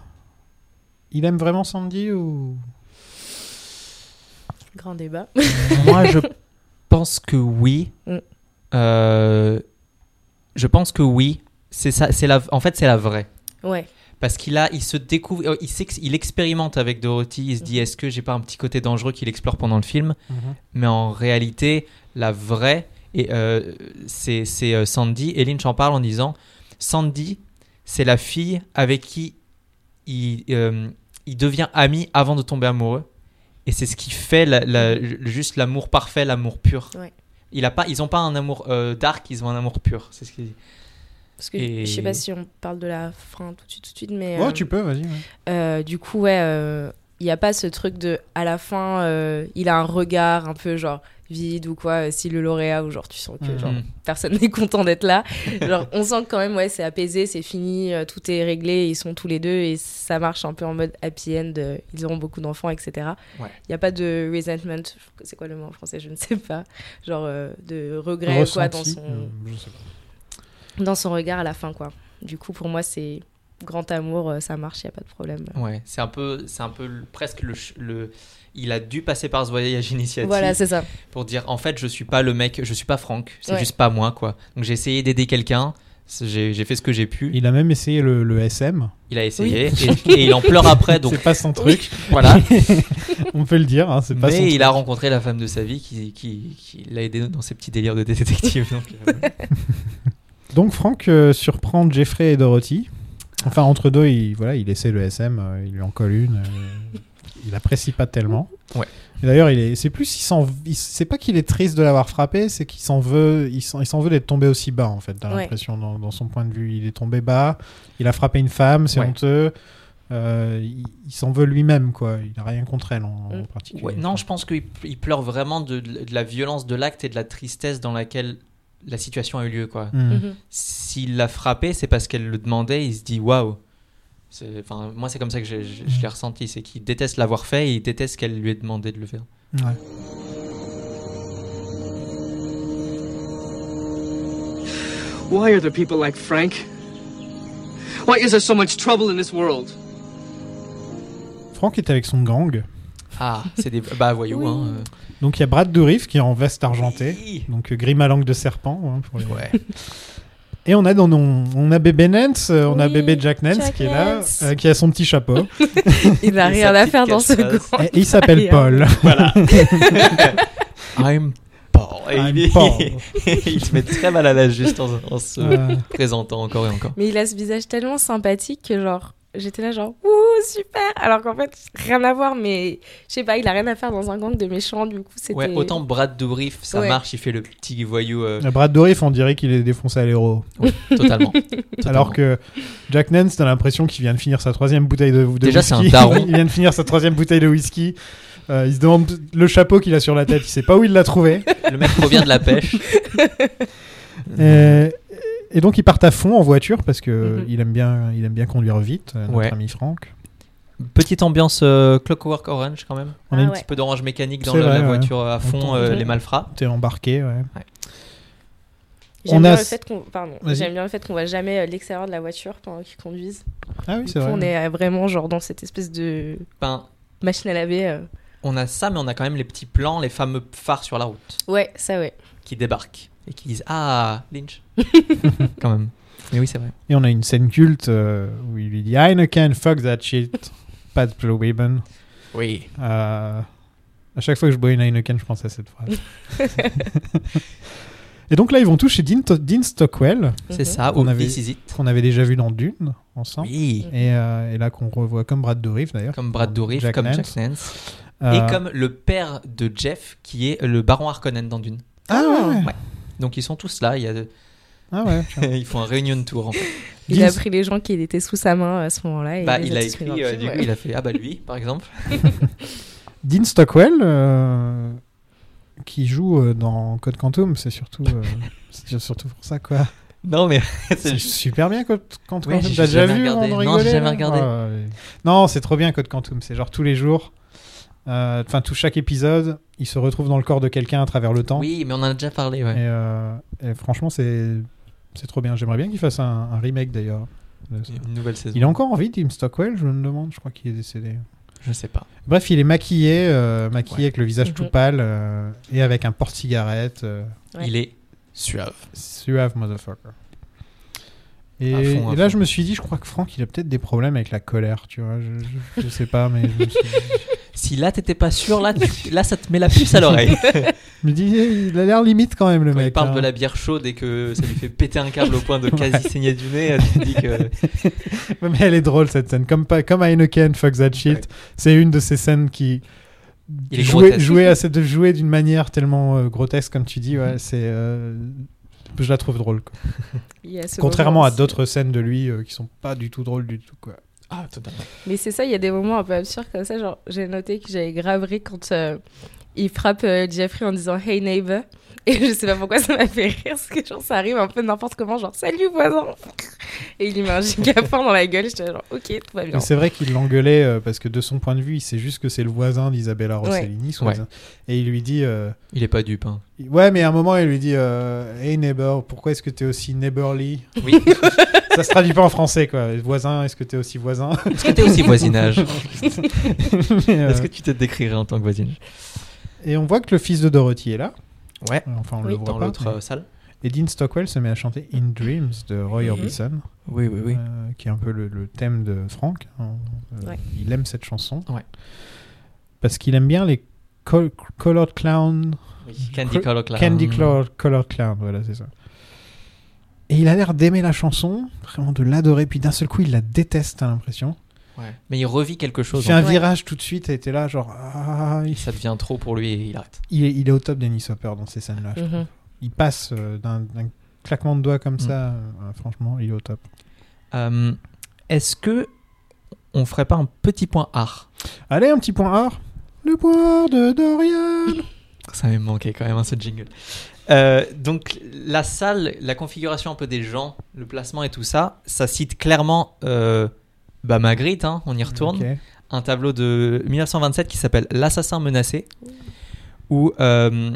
Il aime vraiment Sandy ou Grand débat. Moi, je pense que oui. Mm. Euh, je pense que oui. C'est ça. C'est la. En fait, c'est la vraie. ouais. Parce qu'il a, il se découvre, euh, il, s'ex- il expérimente avec Dorothy. Il se dit, est-ce que j'ai pas un petit côté dangereux qu'il explore pendant le film Mm-hmm. Mais en réalité, la vraie, et euh, c'est c'est, euh, Sandy. Et Lynch en parle en disant, Sandy, c'est la fille avec qui il, euh, il devient ami avant de tomber amoureux. Et c'est ce qui fait la- la- juste l'amour parfait, l'amour pur. Ouais. Il a pas, ils ont pas un amour euh, dark, ils ont un amour pur. C'est ce qu'il dit. Parce que Et- je sais pas si on parle de la fin tout de suite, tout de suite, mais. Ouais, euh, tu peux, vas-y. ouais. Euh, du coup, ouais, euh, il y n'y a pas ce truc de à la fin, euh, il a un regard un peu genre vide ou quoi, euh, si le lauréat ou genre tu sens que Mhm. genre, Mm. personne (laughs) n'est content d'être là. genre, on sent que quand même, ouais, c'est apaisé, c'est fini, euh, tout est réglé, ils sont tous les deux et ça marche un peu en mode happy end, euh, ils auront beaucoup d'enfants, etc. Il Ouais. n'y a pas de resentment, c'est quoi le mot en français, je ne sais pas, genre euh, de regret ou quoi dans Ressenti, son, euh, je sais pas. dans son regard à la fin, quoi. Du coup, pour moi, c'est grand amour, euh, ça marche, il n'y a pas de problème. Ouais, c'est un peu, c'est un peu le- presque le, ch- le. Il a dû passer par ce voyage initiatique Voilà, c'est ça. pour dire en fait je suis pas le mec, je suis pas Franck, c'est Ouais. juste pas moi quoi. Donc j'ai essayé d'aider quelqu'un, c'est- j'ai j'ai fait ce que j'ai pu. Il a même essayé le, le SM. Il a essayé et, et il en pleure après (laughs) donc (laughs) c'est pas son truc. voilà. On peut le dire. hein, c'est pas son Mais il truc. a rencontré la femme de sa vie qui, qui, qui l'a aidé dans ses petits délires de détective. donc, euh, ouais. Donc Franck euh, surprend Jeffrey et Dorothy. Enfin, entre deux, il, voilà, il essaie le SM, euh, il lui en colle une. euh, il apprécie pas tellement. Ouais. Et D'ailleurs, il est, c'est plus, il s'en, il- c'est pas qu'il est triste de l'avoir frappé, c'est qu'il s'en veut, il s'en, il s'en veut d'être tombé aussi bas en fait. T'as Ouais. l'impression dans, dans son point de vue, il est tombé bas, il a frappé une femme, c'est Ouais. honteux. Euh, il, il s'en veut lui-même quoi. Il a rien contre elle en, en Mm. particulier. Ouais, Non, je pense qu'il il pleure vraiment de, de la violence de l'acte et de la tristesse dans laquelle la situation a eu lieu quoi. Mm. Mhm. s'il l'a frappé, c'est parce qu'elle le demandait. Il se dit waouh. C'est- Enfin, moi, c'est comme ça que je, je- je l'ai ressenti. C'est qu'il déteste l'avoir fait et il déteste qu'elle lui ait demandé de le faire. Ouais. Why are there people like Frank? Why is there so much trouble in this world? Franck est avec son gang. Ah, c'est des. Bah, voyons. Oui. hein, euh. Donc il y a Brad Dourif qui est en veste argentée. Oui. Donc euh, grime à langue de serpent. hein, pour les- Ouais. Et on a, dans nos- on a bébé Nance, euh, on a Oui, bébé Jack Nance Jack qui est là, Nance. euh, qui a son petit (laughs) chapeau. Il n'a Et rien sa à petite faire dans ce casse-face. (laughs) groupe. Et il s'appelle Allez, hein. Paul. I'm Paul. Et I'm il, est- Paul. (laughs) il se met très mal à l'aise juste en, en (laughs) se Euh, présentant encore et encore. Mais il a ce visage tellement sympathique que genre j'étais là genre ouh super alors qu'en fait rien à voir mais je sais pas il a rien à faire dans un gang de méchants du coup c'était Ouais, autant Brad Dourif, ça Ouais. marche, il fait le petit voyou euh, Brad Dourif, on dirait qu'il est défoncé à l'héros. (laughs) totalement. Alors que Jack Nance, t'as l'impression qu'il vient de finir sa troisième bouteille de, de whisky. Déjà, c'est un daron. (laughs) il vient de finir sa troisième bouteille de whisky. Euh, il se demande le chapeau qu'il a sur la tête, il sait pas où il l'a (laughs) trouvé. le mec revient de la pêche. Et, et donc ils partent à fond en voiture parce que Mhm. il aime bien, il aime bien conduire vite. euh, Notre Ouais. ami Franck. (laughs) Petite ambiance euh, Clockwork Orange quand même. On Ah a une ouais. Un petit peu d'orange mécanique dans C'est le- vrai, la ouais. voiture à fond, Entend- euh, Mhm. les malfrats. petite embarqué. Ouais. j'aime on bien a- le fait qu'on pardon Vas-y. j'aime bien le fait qu'on voit jamais euh, l'extérieur de la voiture pendant qu'ils conduisent Ah oui, Du c'est coup, vrai. on est euh, vraiment genre dans cette espèce de Ben, machine à laver euh. on a ça, mais on a quand même les petits plans, les fameux phares sur la route ouais ça ouais qui débarquent et qui disent Ah, (laughs) Lynch. quand même. Mais oui, c'est vrai. Et on a une scène culte euh, où il lui dit Heineken, fuck that shit, (laughs) pas de Blue Ribbon. Oui. Euh, à chaque fois que je bois une Heineken, je pense à cette phrase. Et donc là, ils vont tous chez Dean, Dean Stockwell, C'est ça, On on avait- avait qu'on avait déjà vu dans Dune, ensemble. Oui. Et, euh, et là, qu'on revoit comme Brad Dourif d'ailleurs. Comme Brad Dourif, Jack comme Nance. Jack Nance. Euh, Et comme le père de Jeff, qui est le baron Harkonnen dans Dune. Ah ouais, Ouais. Donc ils sont tous là, il y a- ah ouais. (laughs) ils font un réunion tour en fait. il Dean- a pris les gens qui étaient sous sa main euh, à ce moment-là et Bah, les il a tous mis dans écrit, le euh, film, du coup, ouais. il a fait Ah bah lui, par exemple. Dean Stockwell, euh, qui joue euh, dans Code Quantum, c'est surtout, euh, c'est surtout pour ça quoi. Non mais C'est c'est super bien Code Quantum. Ouais, j'ai T'as déjà jamais vu regardé. on Non, rigolait, j'ai jamais là regardé. Ah, ouais. Non, c'est trop bien Code Quantum. C'est genre tous les jours. euh, Enfin, tout chaque épisode, il se retrouve dans le corps de quelqu'un à travers le temps. Oui, mais on en a déjà parlé, ouais. Et, euh, et franchement, c'est c'est trop bien. J'aimerais bien qu'il fasse un, un remake d'ailleurs. de ça. Une nouvelle saison. Il est encore en vie, Tim Stockwell, je me demande. Je crois qu'il est décédé. Je sais pas. Bref, il est maquillé, euh, maquillé avec le visage tout Mhm. pâle euh, et avec un porte-cigarette. euh, Ouais. Il est suave. Suave motherfucker. Et, À fond, à et là, fond. je me suis dit, je crois que Franck, il a peut-être des problèmes avec la colère, tu vois. Je, je- je sais pas, mais je me, suis dit, Si là t'étais pas sûr, là, (laughs) tu- là ça te met la puce à l'oreille. je me dis, eh, il a l'air limite quand même, le Quand mec. (laughs) il parle hein. de la bière chaude et que ça lui fait péter un câble au point de quasi saigner du nez, tu te dis que Ouais, Mais elle est drôle, cette scène. Comme, pas, comme Heineken, fuck that shit. Ouais. C'est une de ces scènes qui. Il est jouer, grotesque. jouer, à cette, de jouer d'une manière tellement euh, grotesque, comme tu dis, Mm-hmm. ouais, c'est. euh, je la trouve drôle. quoi. Il y a ce Contrairement moment à aussi. d'autres scènes de lui euh, qui sont pas du tout drôles du tout. Quoi. ah totalement. Mais c'est ça, il y a des moments un peu absurdes comme ça. Genre, j'ai noté que j'avais gravé quand euh, il frappe euh, Jeffrey en disant Hey neighbor. (laughs) Et je sais pas pourquoi ça m'a fait rire, parce que genre, ça arrive un peu n'importe comment, genre Salut voisin Et il lui met un gigafort dans la gueule. J'étais là, genre Ok, tout va bien. Mais c'est vrai qu'il l'engueulait euh, parce que de son point de vue, il sait juste que c'est le voisin d'Isabella Rossellini. son Ouais. voisin. Et il lui dit. euh, Il est pas dupe hein. il- Ouais, mais à un moment, il lui dit euh, Hey neighbor, pourquoi est-ce que t'es aussi neighborly Oui. Ça se traduit pas en français, quoi. Voisin, est-ce que t'es aussi voisin (laughs) Est-ce que t'es aussi voisinage Mais, euh, Est-ce que tu te décrirais en tant que voisinage Et on voit que le fils de Dorothy est là. Ouais. Enfin, on Oui, le voit Dans pas. l'autre euh, salle mais- Et Dean Stockwell se met à chanter In Dreams de Roy Orbison, Oui, oui, oui. euh, qui est un peu le, le thème de Frank. hein. Euh, Ouais. Il aime cette chanson. Ouais. Parce qu'il aime bien les col- colored clown, Candy Hmm. Color Clown. candy colored, colored clown, voilà, c'est ça. Et il a l'air d'aimer la chanson, vraiment de l'adorer, puis d'un seul coup, il la déteste, t'as l'impression. Ouais. Mais il revit quelque Il chose. hein. fait un Ouais. virage tout de suite, et t'es là, genre, ah, il, Ça devient trop pour lui et il arrête. il est, il est au top d'Annie Hopper dans ces scènes-là, je (laughs) Mhm. il passe euh, d'un d'un claquement de doigts Mm. comme ça. euh, franchement, il est au top. Euh, Est-ce que on ferait pas un petit point art Allez, un petit point or. Le point or de Dorian. Ça m'est manqué quand même hein, ce jingle. Euh, donc la salle, la configuration un peu des gens, le placement et tout ça, ça cite clairement euh, bah, Magritte, hein, on y retourne, Ok. un tableau de 1927 qui s'appelle L'assassin menacé, où euh,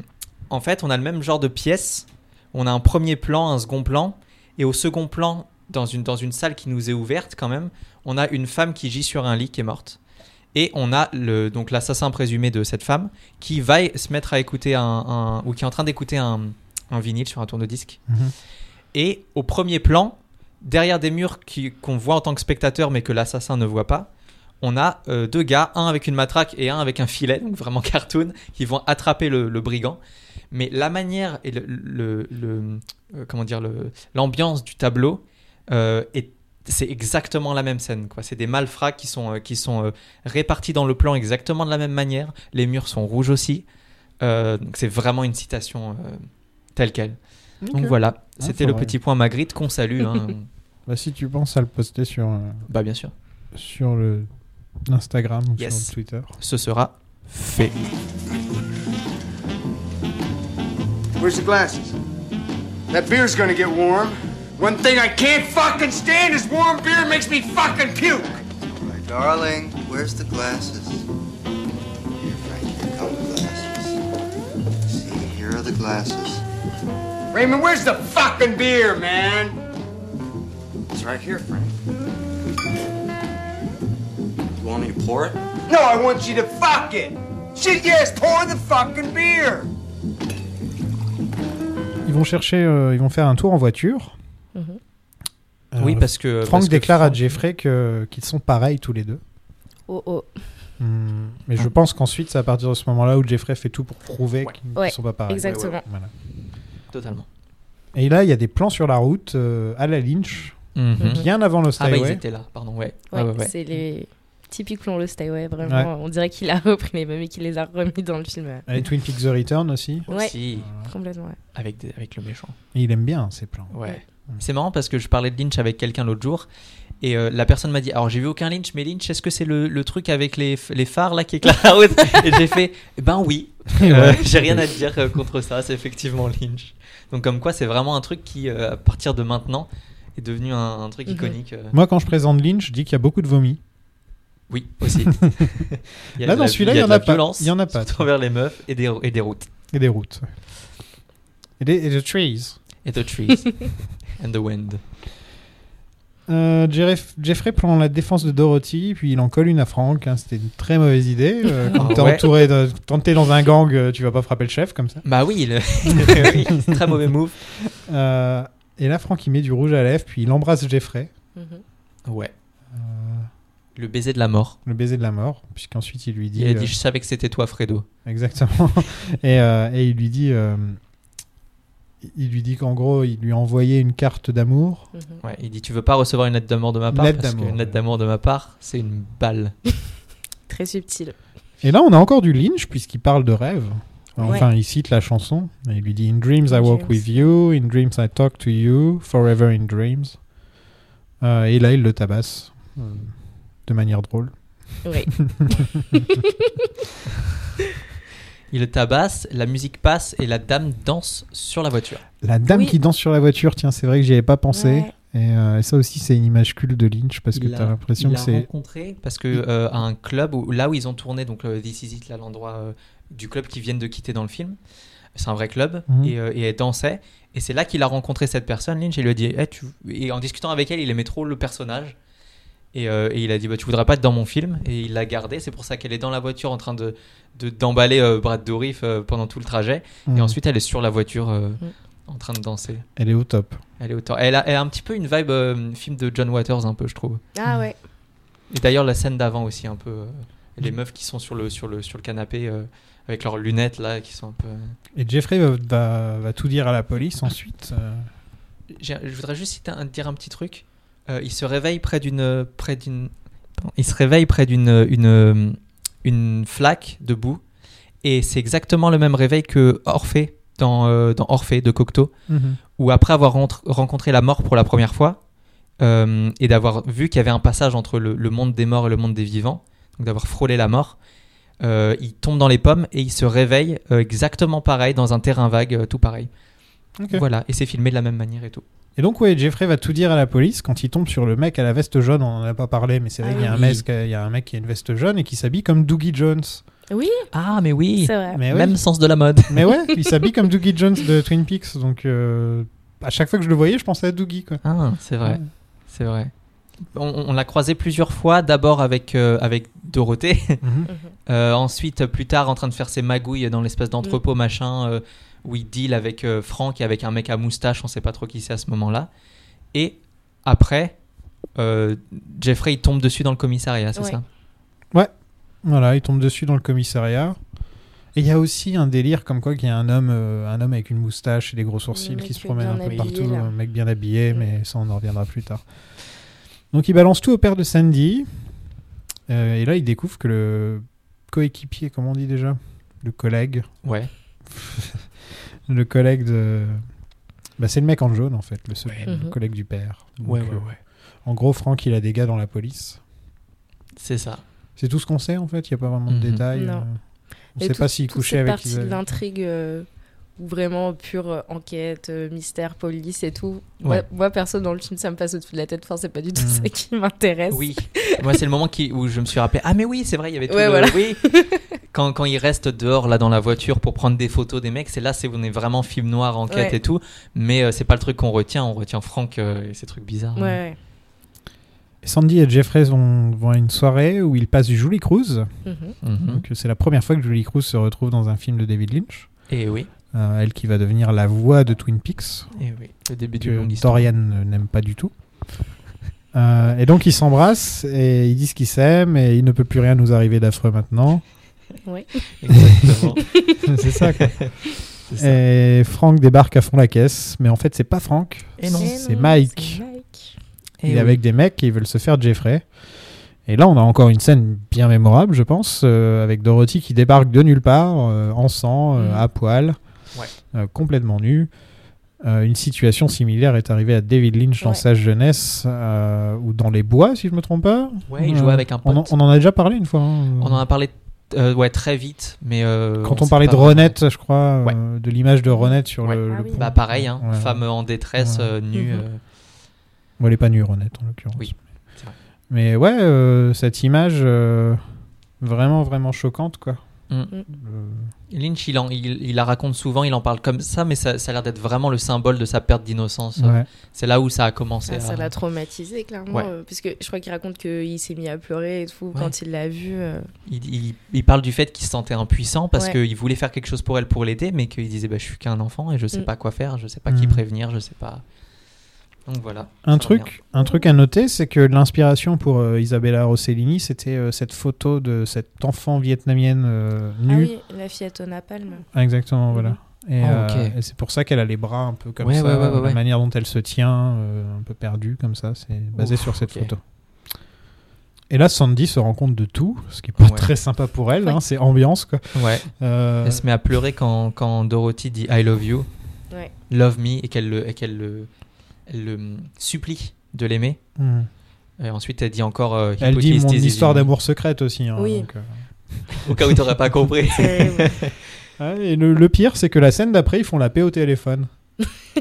en fait on a le même genre de pièce, on a un premier plan, un second plan, et au second plan, dans une, dans une salle qui nous est ouverte quand même, on a une femme qui gît sur un lit qui est morte. Et on a le, donc l'assassin présumé de cette femme qui va é- se mettre à écouter un, un- ou qui est en train d'écouter un, un vinyle sur un tourne-disque. Mhm. Et au premier plan, derrière des murs qui- qu'on voit en tant que spectateur mais que l'assassin ne voit pas, on a euh, deux gars, un avec une matraque et un avec un filet, donc vraiment (laughs) cartoon, qui vont attraper le, le brigand. Mais la manière et le, le- le- euh, comment dire le- l'ambiance du tableau euh, est c'est exactement la même scène. quoi. C'est des malfrats qui sont, euh, qui sont euh, répartis dans le plan exactement de la même manière. Les murs sont rouges aussi. Euh, donc c'est vraiment une citation euh, telle quelle. Donc voilà, c'était le faudrait. petit point Magritte qu'on salue. hein. Bah, si tu penses à le poster sur, euh, bah bien sûr, sur le Instagram ou Yes. sur le Twitter. ce sera fait. Where's the glasses? That beer's gonna get warm. One thing I can't fucking stand is warm beer makes me fucking puke. My darling, where's the glasses? Here, Frank, here come the glasses. See, here are the glasses. Raymond, where's the fucking beer, man? It's right here, Frank. You want me to pour it? No, I want you to fuck it. Shit, yes, pour the fucking beer. Ils vont chercher, euh, ils vont faire un tour en voiture. Euh, oui parce que Franck parce que déclare à Franck- Jeffrey que- qu'ils sont pareils tous les deux. Oh oh. Hmm, Mais je pense qu'ensuite, c'est à partir de ce moment-là où Jeffrey fait tout pour prouver qu'ils ne Ouais, sont pas pareils. exactement. ouais, ouais. Voilà. totalement. Et là, il y a des plans sur la route euh, à la Lynch, Mhm. bien avant le Ah bah ils highway. étaient là, pardon ouais. Ouais, Ouais, Ah ouais, ouais. c'est les typiques long le style, ouais, vraiment. Ouais. On dirait qu'il a repris les mêmes et qu'il les a remis dans le film. Et Twin Peaks The Return aussi. Ouais, Aussi, complètement, ouais. avec des- avec le méchant. Et il aime bien ces (laughs) plans. Ouais. Mm. C'est marrant parce que je parlais de Lynch avec quelqu'un l'autre jour et euh, la personne m'a dit alors j'ai vu aucun Lynch mais Lynch est-ce que c'est le, le truc avec les, f- les phares là qui éclairent la route et j'ai fait ben oui Euh, j'ai rien à dire euh, contre ça c'est effectivement Lynch donc comme quoi c'est vraiment un truc qui euh, à partir de maintenant est devenu un, un truc Mhm. iconique euh. (laughs) Moi, quand je présente Lynch, je dis qu'il y a beaucoup de vomi. oui (laughs) aussi Il y a Là, dans de la- Bah celui-là, il y a, il y de en la a pas. violence Il y en (laughs) a pas. surtout envers les meufs et des, et des routes Et des routes. Et des, et des trees. et the trees (laughs) and the wind Euh, Jeref- Jeffrey prend la défense de Dorothy, puis il en colle une à Franck. hein, C'était une très mauvaise idée. (laughs) euh, quand Ah t'es ouais. entouré, de- quand t'es dans un gang, euh, tu vas pas frapper le chef comme ça. bah oui le... (laughs) oui, très mauvais move Euh, et là, Franck, il met du rouge à lèvres, puis il embrasse Jeffrey. Mhm. ouais euh, le baiser de la mort le baiser de la mort, puisqu'ensuite il lui dit. Il a euh, dit, je savais que c'était toi, Fredo. (laughs) Exactement. et, euh, et il lui dit. euh, il lui dit qu'en gros, il lui a envoyé une carte d'amour. mhm. Ouais, il dit, tu veux pas recevoir une lettre d'amour de ma part Lettre Parce d'amour. qu'une lettre d'amour de ma part, c'est une balle. Très subtil. Et là, on a encore du Lynch, puisqu'il parle de rêve. Enfin, Ouais. il cite la chanson. Et il lui dit In dreams I walk Dreams. with you, in dreams I talk to you, forever in dreams. Euh, et là, il le tabasse. euh, de manière drôle. Ouais. Il le tabasse, la musique passe et la dame danse sur la voiture. La dame Oui. qui danse sur la voiture, tiens, c'est vrai que j'y avais pas pensé. Ouais. Et euh, ça aussi, c'est une image culte de Lynch parce que Il t'as a- l'impression il que l'a c'est. rencontré parce que euh, à un club où, là où ils ont tourné, donc le This Is It, là, l'endroit euh, du club qu'ils viennent de quitter dans le film. C'est un vrai club Mhm. et, euh, et elle dansait. Et c'est là qu'il a rencontré cette personne, Lynch. Et il lui a dit, Eh, tu... et en discutant avec elle, il aimait trop le personnage. Et, euh, et il a dit, bah, tu voudrais pas être dans mon film. Et il l'a gardé. C'est pour ça qu'elle est dans la voiture en train de de- d'emballer euh, Brad Dourif euh, pendant tout le trajet. Mm. Et ensuite, elle est sur la voiture euh, en train de danser. Elle est au top. Elle est au temps. Elle a, elle a un petit peu une vibe euh, film de John Waters, un peu, je trouve. Ah ouais. Et d'ailleurs, la scène d'avant aussi, un peu. euh, les meufs qui sont sur le, sur le, sur le canapé euh, avec leurs lunettes, là, qui sont un peu. euh. Et Jeffrey va, va- va tout dire à la police ensuite. euh, J'ai- Je voudrais juste citer un- dire un petit truc. Euh, il se réveille près d'une. Près d'une... pardon, Il se réveille près d'une une, une flaque de boue. Et c'est exactement le même réveil que Orphée dans, euh, dans Orphée de Cocteau. Mhm. où après avoir rentre- rencontré la mort pour la première fois euh, et d'avoir vu qu'il y avait un passage entre le, le monde des morts et le monde des vivants, donc d'avoir frôlé la mort, euh, il tombe dans les pommes et il se réveille euh, exactement pareil dans un terrain vague, euh, tout pareil. Ok. Voilà, et c'est filmé de la même manière et tout. Et donc, ouais, Jeffrey va tout dire à la police quand il tombe sur le mec à la veste jaune. On en a pas parlé, mais c'est vrai Ah qu'il y, a un oui. mec- il y a un mec qui a une veste jaune et qui s'habille comme Doogie Jones. Oui, Ah, mais oui, c'est vrai. Mais, ouais, même sens de la mode. mais ouais, il s'habille comme Doogie Jones de Twin Peaks. Donc, euh, à chaque fois que je le voyais, je pensais à Doogie. Quoi. (laughs) Ah, c'est vrai, Ouais. c'est vrai. on, on l'a croisée plusieurs fois, d'abord avec, euh, avec Dorothée, Mhm. Euh, ensuite plus tard en train de faire ses magouilles dans Mm. l'espèce d'entrepôt machin euh, où il deal avec euh, Franck et avec un mec à moustache, on sait pas trop qui c'est à ce moment-là. Et après, euh, Jeffrey il tombe dessus dans le commissariat, c'est Ouais. ça Voilà, il tombe dessus dans le commissariat. Et il y a aussi un délire comme quoi qu'il y a un homme, euh, un homme avec une moustache et des gros sourcils Le qui mec se promène un peu bien habillé, partout, là. un mec bien habillé, Mm. mais ça on en reviendra plus tard. Donc il balance tout au père de Sandy. Euh, et là il découvre que le coéquipier, comment on dit déjà Le collègue. Ouais. Le collègue de... Bah, c'est le mec en jaune en fait, le, seul- Ouais. mm-hmm. le Mhm. collègue du père. Donc, Ouais, ouais, euh, ouais. En gros, Franck il a des gars dans la police. C'est ça. C'est tout ce qu'on sait en fait, il n'y a pas vraiment de Mhm. détails. Non. euh, On Et sait tout- pas s'il toute couchait cette avec partie de Isabelle. l'intrigue euh, où vraiment pure euh, enquête, euh, mystère, police et tout. Ouais. Moi, moi, perso, dans le film, ça me passe au-dessus de la tête. Enfin, c'est pas du tout Mm. ça qui m'intéresse. Oui. Moi, c'est le moment qui, où je me suis rappelé. Ah, mais oui, c'est vrai, il y avait tout. Ouais, le- voilà. (laughs) Oui. Quand, quand il reste dehors, là, dans la voiture, pour prendre des photos des mecs, c'est là, c'est on est vraiment film noir, enquête Ouais. et tout. Mais euh, c'est pas le truc qu'on retient. On retient Franck euh, et ces trucs bizarres. Ouais, ouais. Et Sandy et Jeffrey vont, vont à une soirée où ils passent Julie Cruz. Mhm. Mhm. Donc c'est la première fois que Julie Cruz se retrouve dans un film de David Lynch. Et Eh oui. Euh, elle qui va devenir la voix de Twin Peaks, Et oui. Le début du long Eh que histoire. Dorian n'aime pas du tout. Euh, et donc ils s'embrassent et ils disent qu'ils s'aiment et il ne peut plus rien nous arriver d'affreux maintenant. Exactement. (laughs) c'est ça. quoi. Eh, (laughs) C'est ça. Et Franck débarque à fond la caisse, mais en fait c'est pas Franck, Et non. Mais c'est non, Mike. c'est Mike. Et il est oui. avec des mecs qui veulent se faire Jeffrey. Et là, on a encore une scène bien mémorable, je pense, euh, avec Dorothy qui débarque de nulle part, euh, en sang, euh, Mhm. à poil, Mm. Ouais. euh, complètement nue. Euh, une situation similaire est arrivée à David Lynch dans Ouais. sa jeunesse, euh, ou dans les bois, si je me trompe pas. Ouais, il jouait Euh, avec un On en, pote. on en a déjà parlé une fois. hein. On en a parlé euh, ouais, très vite. Mais, euh, Quand on, sait parlait pas de vraiment. Ronette, je crois, Ouais. euh, de l'image de Ronette sur Ouais. le, Ah le oui. pont. Bah, pareil, hein, Ouais. femme en détresse, Ouais. euh, nue. Mhm. euh, Bon, elle est pas nue, Ronette, en l'occurrence. Oui, c'est vrai. Mais ouais, euh, cette image euh, vraiment, vraiment choquante, quoi. Euh, Mm. Le- Lynch, il, en- il, il la raconte souvent, il en parle comme ça, mais ça, ça a l'air d'être vraiment le symbole de sa perte d'innocence. Ouais. C'est là où ça a commencé. Ah, ça à- l'a traumatisé, clairement. Ouais. euh, parce que je crois qu'il raconte qu'il s'est mis à pleurer et tout Ouais. quand il l'a vu. euh. il, il- il parle du fait qu'il se sentait impuissant parce Ouais. qu'il voulait faire quelque chose pour elle pour l'aider, mais qu'il disait bah, Je suis qu'un enfant et je sais Mm. pas quoi faire, je sais pas qui Mm. prévenir, je sais pas. Donc voilà. Un Ça truc, un truc à noter, c'est que l'inspiration pour euh, Isabella Rossellini, c'était euh, cette photo de cette enfant vietnamienne euh, Ah nue. oui, la fillette au napalm. Ah, Exactement, voilà. Et, Ah, ok. euh, et c'est pour ça qu'elle a les bras un peu comme Ouais, ça, ouais, ouais, ouais, la ouais. manière dont elle se tient, euh, un peu perdue comme ça, c'est basé Ouf, sur cette ok. photo. Et là, Sandy se rend compte de tout, ce qui est pas Ouais. très sympa pour elle, Ouais. hein, c'est ambiance quoi. revient. Ouais. Euh, Elle se met à pleurer quand, quand Dorothy dit I love you, Ouais. love me, et qu'elle le, et qu'elle le, elle le supplie de l'aimer. hmm. Et ensuite, elle dit encore euh, Elle dit Hippolyte mon is the histoire enemy. d'amour secrète aussi. hein, Oui. donc, euh. Au cas où t'aurais pas (laughs) compris. C'est- ouais. Ouais, Ah, et le, le pire, c'est que la scène d'après, ils font la paix au téléphone.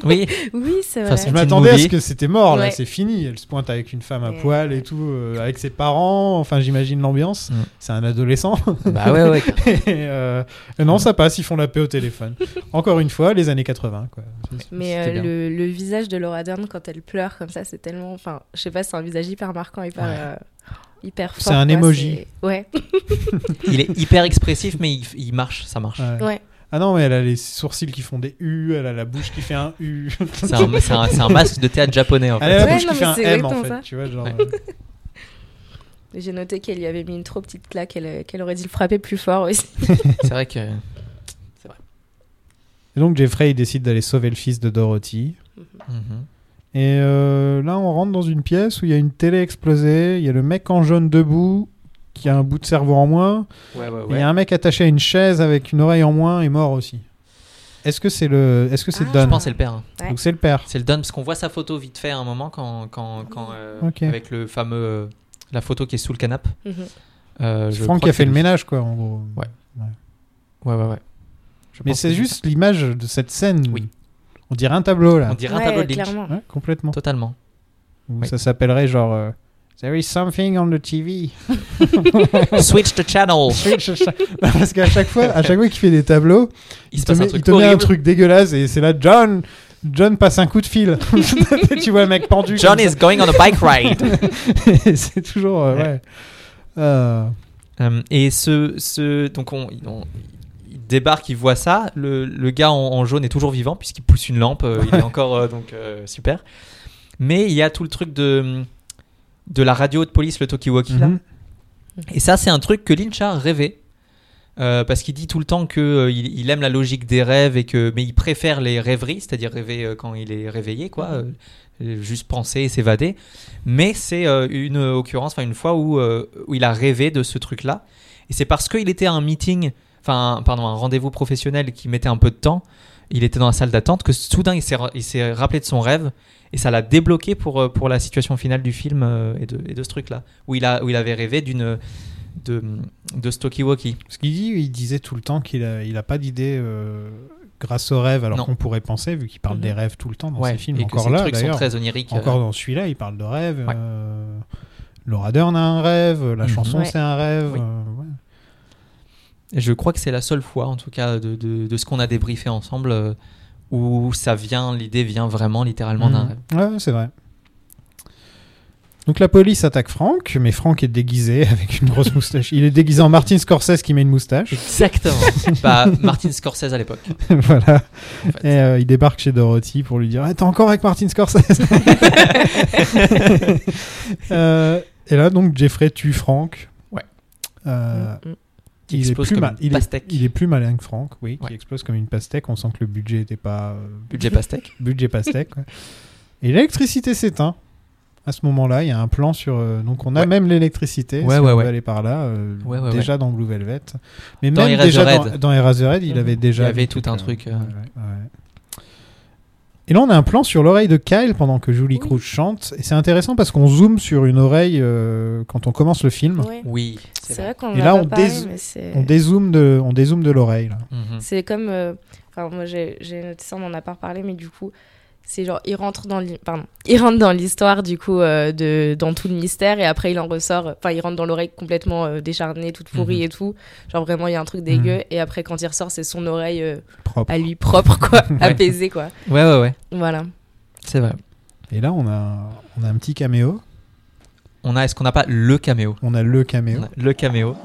oui, (laughs) oui, c'est vrai. Enfin, Je c'est Teen m'attendais à movie. ce que c'était mort, là, Ouais. c'est fini. Elle se pointe avec une femme à Ouais. poil et tout, euh, avec ses parents. Enfin, j'imagine l'ambiance. Mm. C'est un adolescent. (laughs) bah ouais, ouais. et, euh, et non, ça passe, ils font la paix au téléphone. (laughs) Encore une fois, les années 80. Quoi. Mais C'était euh, bien. le, le visage de Laura Dern quand elle pleure comme ça, c'est tellement. Enfin, je sais pas, c'est un visage hyper marquant, hyper. Ouais. euh, hyper fort. C'est un quoi, emoji. c'est- Ouais. (laughs) Il est hyper expressif, mais il, il marche, ça marche. Ouais. Ouais. Ah non, mais elle a les sourcils qui font des U, elle a la bouche qui fait un (laughs) U. C'est un, c'est un- c'est un masque de théâtre japonais en Elle a la fait. Ouais, bouche non, qui fait mais un c'est M en exactement fait, ça. tu vois, genre, Ouais. euh, J'ai noté qu'elle lui avait mis une trop petite claque, elle, euh, qu'elle aurait dû le frapper plus fort aussi. C'est vrai que. Et donc Jeffrey il décide d'aller sauver le fils de Dorothy. Mhm. Et euh, là, on rentre dans une pièce où il y a une télé explosée, il y a le mec en jaune debout qui a un bout de cerveau en moins, et il y a un mec attaché à une chaise avec une oreille en moins et mort aussi. Est-ce que c'est le, est-ce que c'est Ah, Don Je pense que c'est le père. hein. Ouais. Donc c'est le père. C'est le Don, parce qu'on voit sa photo vite fait à un moment quand, quand, quand, euh, Ok. avec le fameux. euh, la photo qui est sous le canapé. Mhm. Euh, je C'est Franck crois qui a que fait c'est le lui. ménage quoi en gros. Ouais. Ouais, ouais, ouais. Je Mais pense c'est que juste l'image de cette scène. Oui. On dirait un tableau ça. On là. dirait un Ouais, tableau de Lynch. clairement. Ouais, complètement. Totalement. Ou Oui. Ça s'appellerait genre euh, There is something on the (laughs) TV. Switch the channel. (laughs) Parce qu'à chaque fois, à chaque fois qu'il fait des tableaux, Il se te passe met, un truc te met un horrible. truc dégueulasse et c'est là John John passe un coup de (laughs) fil. (laughs) tu vois le mec pendu. John comme is going on (laughs) a bike ride. ça. c'est toujours. euh, ouais. Euh, Euh, et ce, ce donc on, on- il débarque, il voit ça. Le, le gars en, en jaune est toujours vivant puisqu'il pousse une lampe. euh, (laughs) il est encore euh, donc euh, super. Mais il y a tout le truc de de la radio de police, le talkie-walkie là. mhm. Et ça, c'est un truc que Lynch a rêvé. Euh, parce qu'il dit tout le temps que euh, il, il aime la logique des rêves et que mais il préfère les rêveries, c'est-à-dire rêver euh, quand il est réveillé, quoi, euh, euh, juste penser et s'évader. Mais c'est euh, une occurrence, enfin une fois où euh, où il a rêvé de ce truc-là. Et c'est parce qu'il était à un meeting, enfin pardon, un rendez-vous professionnel qui mettait un peu de temps. Il était dans la salle d'attente que soudain il s'est ra- il s'est rappelé de son rêve et ça l'a débloqué pour euh, pour la situation finale du film euh, et de et de ce truc-là où il a où il avait rêvé d'une de, de Stocky Walkie. Parce qu'il dit, il disait tout le temps qu'il a, il a pas d'idée euh, grâce aux rêves, alors Non. qu'on pourrait penser, vu qu'il parle Mhm. des rêves tout le temps dans ses films. et que encore ces là, trucs sont d'ailleurs. très oniriques. euh, Encore dans celui-là, il parle de rêve. Ouais. euh, Laura Dern a un rêve, la Mhm. chanson Ouais. c'est un rêve. Oui. euh, ouais. et Je crois que c'est la seule fois, en tout cas, de, de, de ce qu'on a débriefé ensemble, euh, où ça vient, l'idée vient vraiment littéralement d'un Mhm. rêve. Ouais, c'est vrai. Donc la police attaque Franck, mais Franck est déguisé (laughs) avec une grosse moustache. Il est déguisé en Martin Scorsese qui met une (laughs) moustache. (laughs) Exactement. bah, Martin Scorsese à l'époque. voilà. en fait. Et euh, il débarque chez Dorothy pour lui dire Ah, T'es encore avec Martin (laughs) Scorsese (laughs) Euh, Et là, donc, Jeffrey tue Franck. Ouais. Euh, Mm, mm. Qui il, est explose plus comme ma- une il, est, pastèque. il est plus malin que Franck, oui, qui Ouais. explose comme une pastèque. On sent que le budget n'était pas. euh, Budget pastèque. budget pastèque. quoi. Et l'électricité s'éteint. À ce moment-là, il y a un plan sur. euh, donc, on a Ouais. même l'électricité. Ouais, si ouais, on veut ouais. aller par là. euh, Ouais, ouais, déjà dans Blue Velvet. Mais Dans même déjà Eraserhead. dans, dans Eraserhead, il Mhm. avait déjà. Il y avait le tout un truc, euh. ouais, ouais, ouais. Et là, on a un plan sur l'oreille de Kyle pendant que Julie Cruz chante. Et c'est intéressant parce qu'on zoome sur une oreille euh, quand on commence le film. mm. Ouais. Oui. C'est vrai qu'on Et en là, a on pas parlé, dés- mais c'est- On dézoome de, on dézoome de l'oreille. là. Mhm. C'est comme. euh, Enfin, moi, j'ai j'ai noté ça, on n'en a pas reparlé, mais du coup, c'est genre, il rentre dans l'hi- pardon, (laughs) il rentre dans l'histoire, du coup, euh, de, dans tout le mystère, et après, il en ressort. Enfin, il rentre dans l'oreille complètement euh, décharnée, toute pourrie Mhm. et tout. Genre, vraiment, il y a un truc dégueu, et après, quand il ressort, c'est son oreille euh, Propre. à lui propre, (laughs) quoi, apaisée, quoi. Ouais, ouais, ouais. Voilà. C'est vrai. Et là, on a, un- on a un petit caméo. On a, est-ce qu'on n'a pas le caméo On a le caméo. On a Le caméo.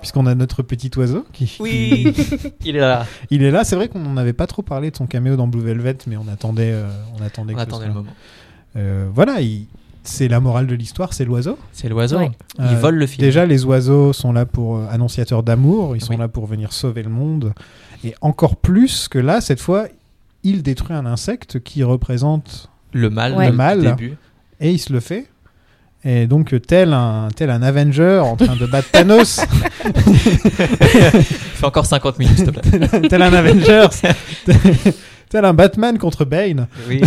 Puisqu'on a notre petit oiseau qui, Oui. Il est là. Il est là, c'est vrai qu'on n'avait pas trop parlé de son caméo dans Blue Velvet, mais on attendait, euh, on attendait. On que ce attendait soit- le moment. Euh, voilà, il- c'est la morale de l'histoire, c'est l'oiseau. C'est l'oiseau. Ouais. Il Euh, vole le film. Déjà, les oiseaux sont là pour euh, annonciateurs d'amour, ils sont Oui. là pour venir sauver le monde, et encore plus que là, cette fois, il détruit un insecte qui représente le mal. Ouais. Le mâle. Début. et il se le fait. Et donc euh, tel un tel un Avenger en train de battre (laughs) Thanos, Fais encore 50 minutes, s'il te (laughs) plaît. tel un (laughs) Avenger, tel un Batman contre Bane. (laughs) Oui.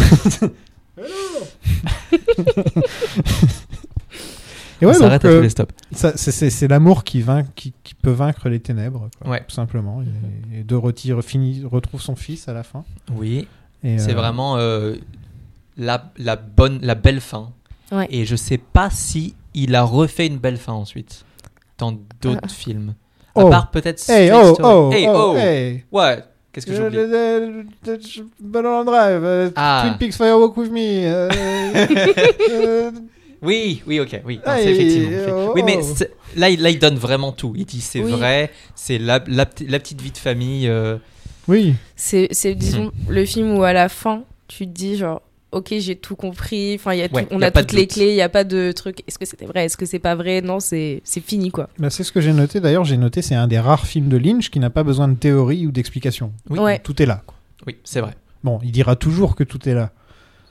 Et ouais, on donc s'arrête à euh, tous les stops. Ça, c'est- C'est c'est l'amour qui, vainc- qui, qui peut vaincre les ténèbres, quoi, Ouais. tout simplement. Et, et Dorothy refini- retrouve son fils à la fin. Oui. Et, C'est euh, vraiment euh, la, la bonne, la belle fin. Ouais. Et je sais pas si il a refait une belle fin ensuite dans d'autres Ah. films. Oh. À part peut-être. Hey, Straight oh, Story. oh, hey, oh, oh. hey. Euh, Ouais. Qu'est-ce que j'oublie j'oublie Banana euh, Drive, euh, Ah. Twin Peaks Firewalk with Me. (laughs) euh, euh, Oui, oui, ok, oui. Non, Hey, c'est effectivement. c'est- oh. Oui, mais c'est- là, il- là, il donne vraiment tout. Il dit c'est Oui. vrai, c'est la, la, p'ti- la petite vie de famille. euh, Oui, C'est, c'est, Mhm. disons, le film où à la fin, tu te dis, genre, ok, j'ai tout compris, enfin, il y a tout- Ouais, on y a a, pas de toutes les doute. clés, il n'y a pas de truc, est-ce que c'était vrai, est-ce que c'est pas vrai, non, c'est, c'est fini, quoi. Bah, c'est ce que j'ai noté. D'ailleurs, j'ai noté c'est un des rares films de Lynch qui n'a pas besoin de théorie ou d'explication. Oui. Ouais. Tout est là. quoi. Oui, c'est vrai. Bon, il dira toujours que tout est là.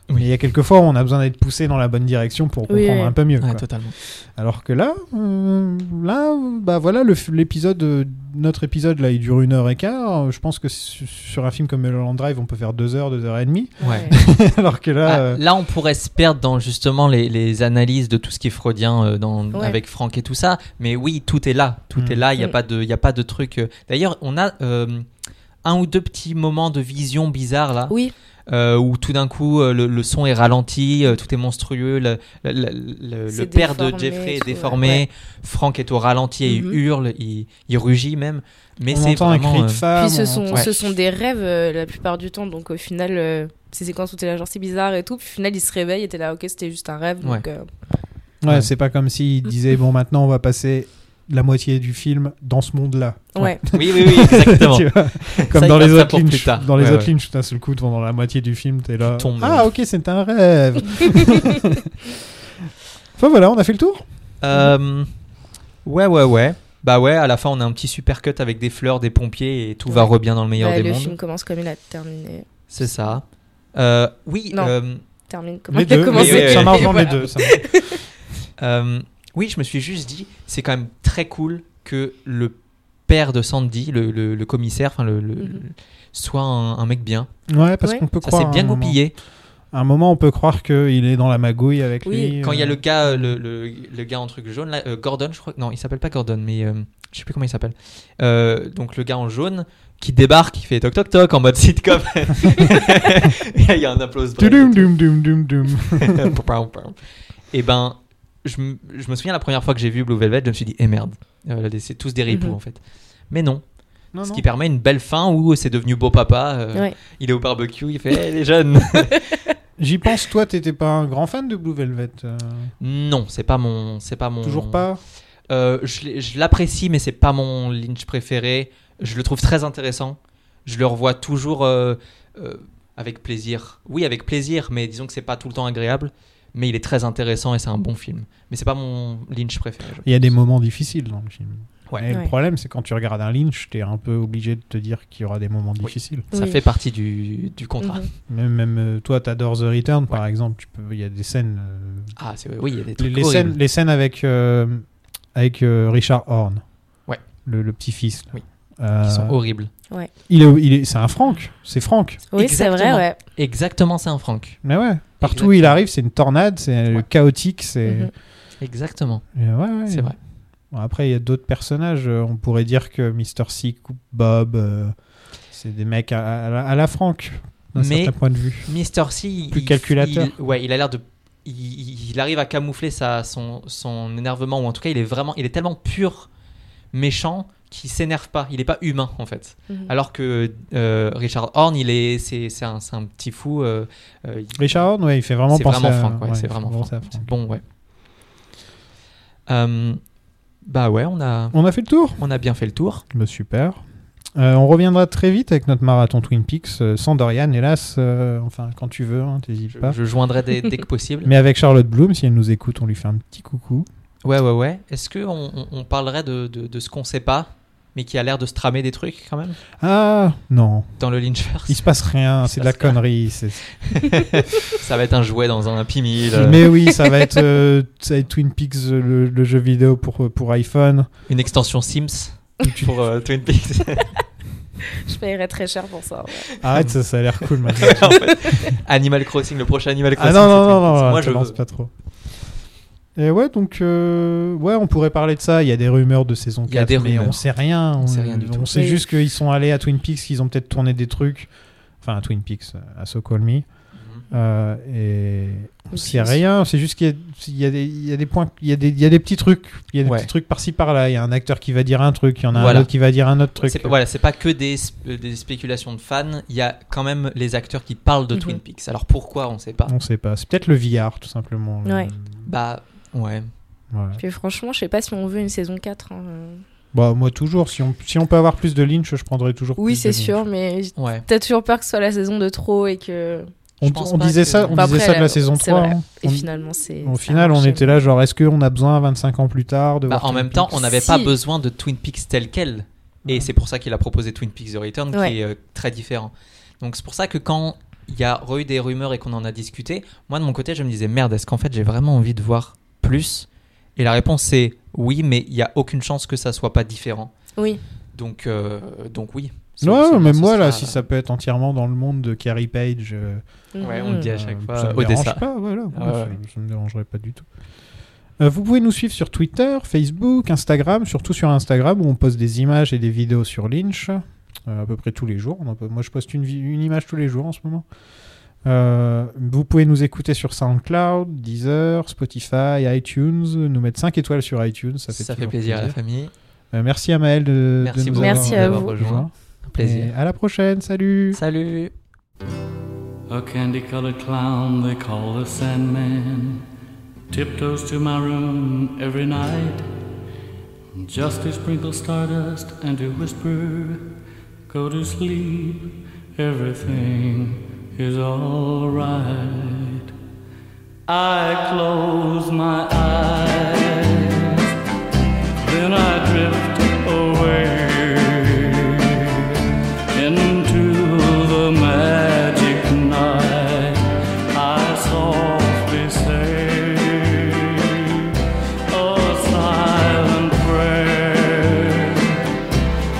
Oui. Mais il y a quelques fois où on a besoin d'être poussé dans la bonne direction pour Oui, comprendre oui. un peu mieux. Ouais, quoi. totalement. Alors que là, euh, là, bah voilà, le f- l'épisode, euh, notre épisode là, il dure une heure et quart. Euh, Je pense que su- sur un film comme Mulholland Drive, on peut faire deux heures, deux heures et demie. (laughs) (laughs) Ouais. Alors que là, Ah, euh, là, on pourrait se perdre dans justement les, les analyses de tout ce qui est freudien euh, dans, Ouais. avec Franck et tout ça. Mais oui, tout est là. Tout Mm. est là. Il n'y a, Mm. pas de- il y a pas de truc. euh. D'ailleurs, on a euh, un ou deux petits moments de vision bizarre là. Oui, euh, où tout d'un coup euh, le, le son est ralenti, euh, tout est monstrueux, le, le- le- le- C'est le père de déformé, Jeffrey et est tout, déformé, ouais. Frank est au ralenti et Mhm. il hurle, il, il rugit même. Mais on c'est entend vraiment, un cri de euh, femme. Puis ce on sont, entend- ce sont des rêves euh, la plupart du temps, donc au final, euh, ces séquences où t'es là, genre c'est bizarre et tout, puis au final, il se réveille et t'es là, ok, c'était juste un rêve. Donc, euh, Ouais, Ouais. c'est pas comme s'il disait bon maintenant on va passer la moitié du film dans ce monde-là. ouais. Oui, oui, oui, (laughs) (laughs) exactement. Tu vois, comme dans Ça, il garde les ça autres pour plus Lynch. tard. Dans les Ouais, autres ouais. Lynch, tout d'un seul coup, pendant la moitié du film, t'es là. Tu tombes. Ah ok, c'est un rêve. (laughs) enfin voilà, on a fait le tour. Euh, ouais, ouais, ouais. Bah ouais, à la fin on a un petit super cut avec des fleurs, des pompiers et tout va Ouais. re bien dans le meilleur Bah, des le mondes. film commence comme il a terminé. C'est ça. Euh, oui, Non. euh, Termine comme Les il a deux, commencé. mais oui, oui, ça oui. marche Et dans les voilà. deux. ça marche. euh, oui, je me suis juste dit, c'est quand même très cool que le père de Sandy, le, le- le commissaire, enfin le, le- Mhm. soit un, un mec bien. Ouais, parce Ouais. qu'on peut Ça croire. s'est à bien un moment- goupillé. À un moment, on peut croire qu'il est dans la magouille avec Oui. lui. Quand il y a euh, le gars, euh, le, le- le gars en truc jaune, là, euh, Gordon, je crois. Non, il s'appelle pas Gordon, mais euh, je sais plus comment il s'appelle. Euh, donc le gars en jaune qui débarque, qui fait toc toc toc en (laughs) mode sitcom. il y a un applause. Tudum, dum, dum, dum, dum. (laughs) et ben, je, m- je me souviens la première fois que j'ai vu Blue Velvet, je me suis dit, eh merde, euh, c'est tous des ripoux Mhm. en fait. Mais non, Non, ce non. qui permet une belle fin où c'est devenu beau papa. euh, Ouais. Il est au barbecue, il fait Eh, (laughs) les jeunes. J'y pense, toi, t'étais pas un grand fan de Blue Velvet. euh, non, c'est pas mon, c'est pas mon. Toujours pas Euh, je l'ai- je l'apprécie, mais c'est pas mon Lynch préféré. Je le trouve très intéressant. Je le revois toujours euh, euh, avec plaisir. Oui, avec plaisir, mais disons que c'est pas tout le temps agréable. Mais il est très intéressant et c'est un bon film. Mais c'est pas mon Lynch préféré. je Il y a pense. des moments difficiles dans le film. Ouais. Et le Ouais. problème, c'est quand tu regardes un Lynch, t'es un peu obligé de te dire qu'il y aura des moments difficiles. Ça Oui. fait partie du, du contrat. Mhm. Même, même euh, toi, t'adores The Return, par exemple. Tu peux, il y a des scènes. euh, Ah, c'est oui, il y a des les, trucs les horribles. scènes, les scènes avec euh, avec euh, Richard Horn. Ouais. Le, le petit-fils. là. Oui. Euh, qui sont horribles. il est, il est, c'est un Franck. C'est Franck. Oui, c'est vrai, Exactement. ouais. Exactement, c'est un Frank. Mais ouais. Partout Exactement. où il arrive, c'est une tornade, c'est Ouais. chaotique, c'est. Mhm. Exactement, Et ouais, ouais. c'est vrai. Bon, après, il y a d'autres personnages. Euh, On pourrait dire que Mr. C coupe Bob. euh, c'est des mecs à, à la- à la Franck, d'un Mais- certain point de vue. Mister C, Plus il- calculateur. il- ouais, il a l'air de, il- il, il arrive à camoufler sa, son, son énervement ou en tout cas, il est vraiment, il est tellement pur méchant qu'il s'énerve pas. Il est pas humain en fait. Mhm. Alors que euh, Richard Horn, il est, c'est, c'est un, c'est un petit fou. euh, euh, il- Richard Horn, ouais, il fait vraiment c'est penser vraiment à- Franck, ouais, ouais, il c'est fait vraiment penser Franck. à C'est bon, ouais. Euh, bah ouais, on a, On a fait le tour on a bien fait le tour. Bah, Super. Euh, on reviendra très vite avec notre marathon Twin Peaks. euh, sans Dorian, hélas, euh, enfin, quand tu veux, hein, t'hésites Je, pas. je joindrai dès, dès que possible. Mais avec Charlotte Bloom, si elle nous écoute, on lui fait un petit coucou. Ouais, ouais, ouais. Est-ce qu'on on, on parlerait de, de, de ce qu'on sait pas, mais qui a l'air de se tramer des trucs quand même Ah, non, dans le Lynchverse il se passe rien, Il se c'est de la passe rien. connerie. c'est- Ça va être un jouet dans un Happy Meal, euh, Mais oui, ça va être, euh, ça va être Twin Peaks, euh, le, le jeu vidéo pour, euh, pour iPhone. une (laughs) extension Sims pour euh, Twin Peaks. (laughs) Je paierais très cher pour ça. ouais. Arrête, ça, ça a l'air cool maintenant. En fait, Animal Crossing, le prochain Animal Ah Crossing. non, (laughs) c'est non, Twin non, Peaks. non, Moi, te je lance veux. pas trop. Et ouais, donc, euh, ouais, on pourrait parler de ça. Il y a des rumeurs de saison 4, Il y a des mais rumeurs. on sait rien. On sait rien du on tout. sait Oui. juste qu'ils sont allés à Twin Peaks, qu'ils ont peut-être tourné des trucs. Enfin, à Twin Peaks, à So Call Mhm. Me. Euh, et on Et sait puis- rien. C'est juste qu'il y a- il y, a des- il y a des points, il y a des, il y a des petits trucs. Il y a des Ouais. petits trucs par-ci par-là. Il y a un acteur qui va dire un truc, il y en a Voilà. un autre qui va dire un autre truc. C'est pas- voilà, c'est pas que des, sp- euh, des spéculations de fans. Il y a quand même les acteurs qui parlent de Mhm. Twin Peaks. Alors pourquoi on sait pas On sait pas. C'est peut-être le VR, tout simplement. le- Ouais. Bah ouais. Voilà. Puis franchement, je sais pas si on veut une saison 4. hein, euh. Bah, moi, toujours. Si on, si on peut avoir plus de Lynch, je prendrai toujours Oui, plus de c'est Lynch. sûr, mais j- Ouais. t'as toujours peur que ce soit la saison de trop et que. On, Je pense on pas disait que- ça, on Enfin, disait après, ça de la là, saison c'est 3. vrai. hein. Et On- finalement, c'est. au ça final, on marchait. était là, genre, est-ce qu'on a besoin 25 ans plus tard de Bah, voir en Twin même temps, Peaks on n'avait Si. pas besoin de Twin Peaks tel quel. Et Ouais. c'est pour ça qu'il a proposé Twin Peaks The Return, Ouais. qui est euh, très différent. Donc c'est pour ça que quand il y a eu des rumeurs et qu'on en a discuté, moi de mon côté, je me disais merde, est-ce qu'en fait j'ai vraiment envie de voir plus Et la réponse c'est oui, mais il n'y a aucune chance que ça soit pas différent. Oui. Donc, euh, donc oui. Ouais, Sûrement, mais ce moi, là, sera- euh, si ça peut être entièrement dans le monde de Carrie Page, euh, Ouais, on le Mhm. dit à chaque euh, fois, ça me Odessa. dérange pas, voilà, Ah moi, ouais, ça- ouais. ça me dérangerait pas du tout. Euh, vous pouvez nous suivre sur Twitter, Facebook, Instagram, surtout sur Instagram où on poste des images et des vidéos sur Lynch. euh, à peu près tous les jours. On en peut- Moi, je poste une, vi- une image tous les jours en ce moment. Euh, vous pouvez nous écouter sur SoundCloud, Deezer, Spotify, iTunes, nous mettre 5 étoiles sur iTunes, ça Ça fait, fait, toujours plaisir à la famille. Euh, merci à Maël de, de Merci nous beaucoup avoir Merci à d'avoir vous. rejoint. Un plaisir. Et à la prochaine, salut Salut. A candy colored clown they call the Sandman tiptoes to my room every night just to sprinkle stardust and to whisper, Go to sleep, everything is alright. I close my eyes, then I drift away into the magic night. I softly say a silent prayer,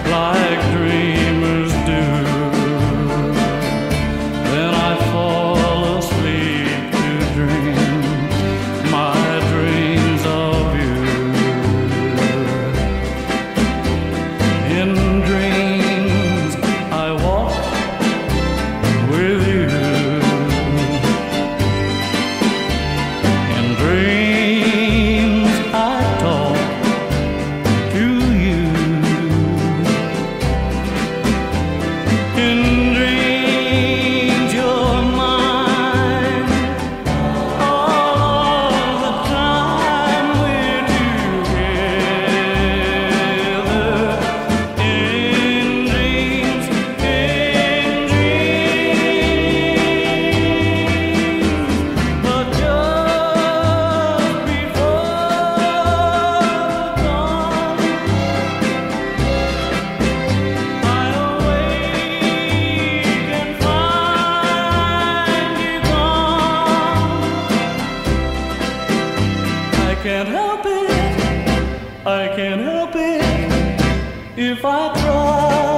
like dreamers do. Then I fall asleep to dream my dreams of you. In dreams, I walk with you. In dreams, I talk to you. In dreams, you're mine. All the time we're together. In dreams, in dreams, but just before dawn, I awake and find you gone. I can't help it. I can't help it if I try.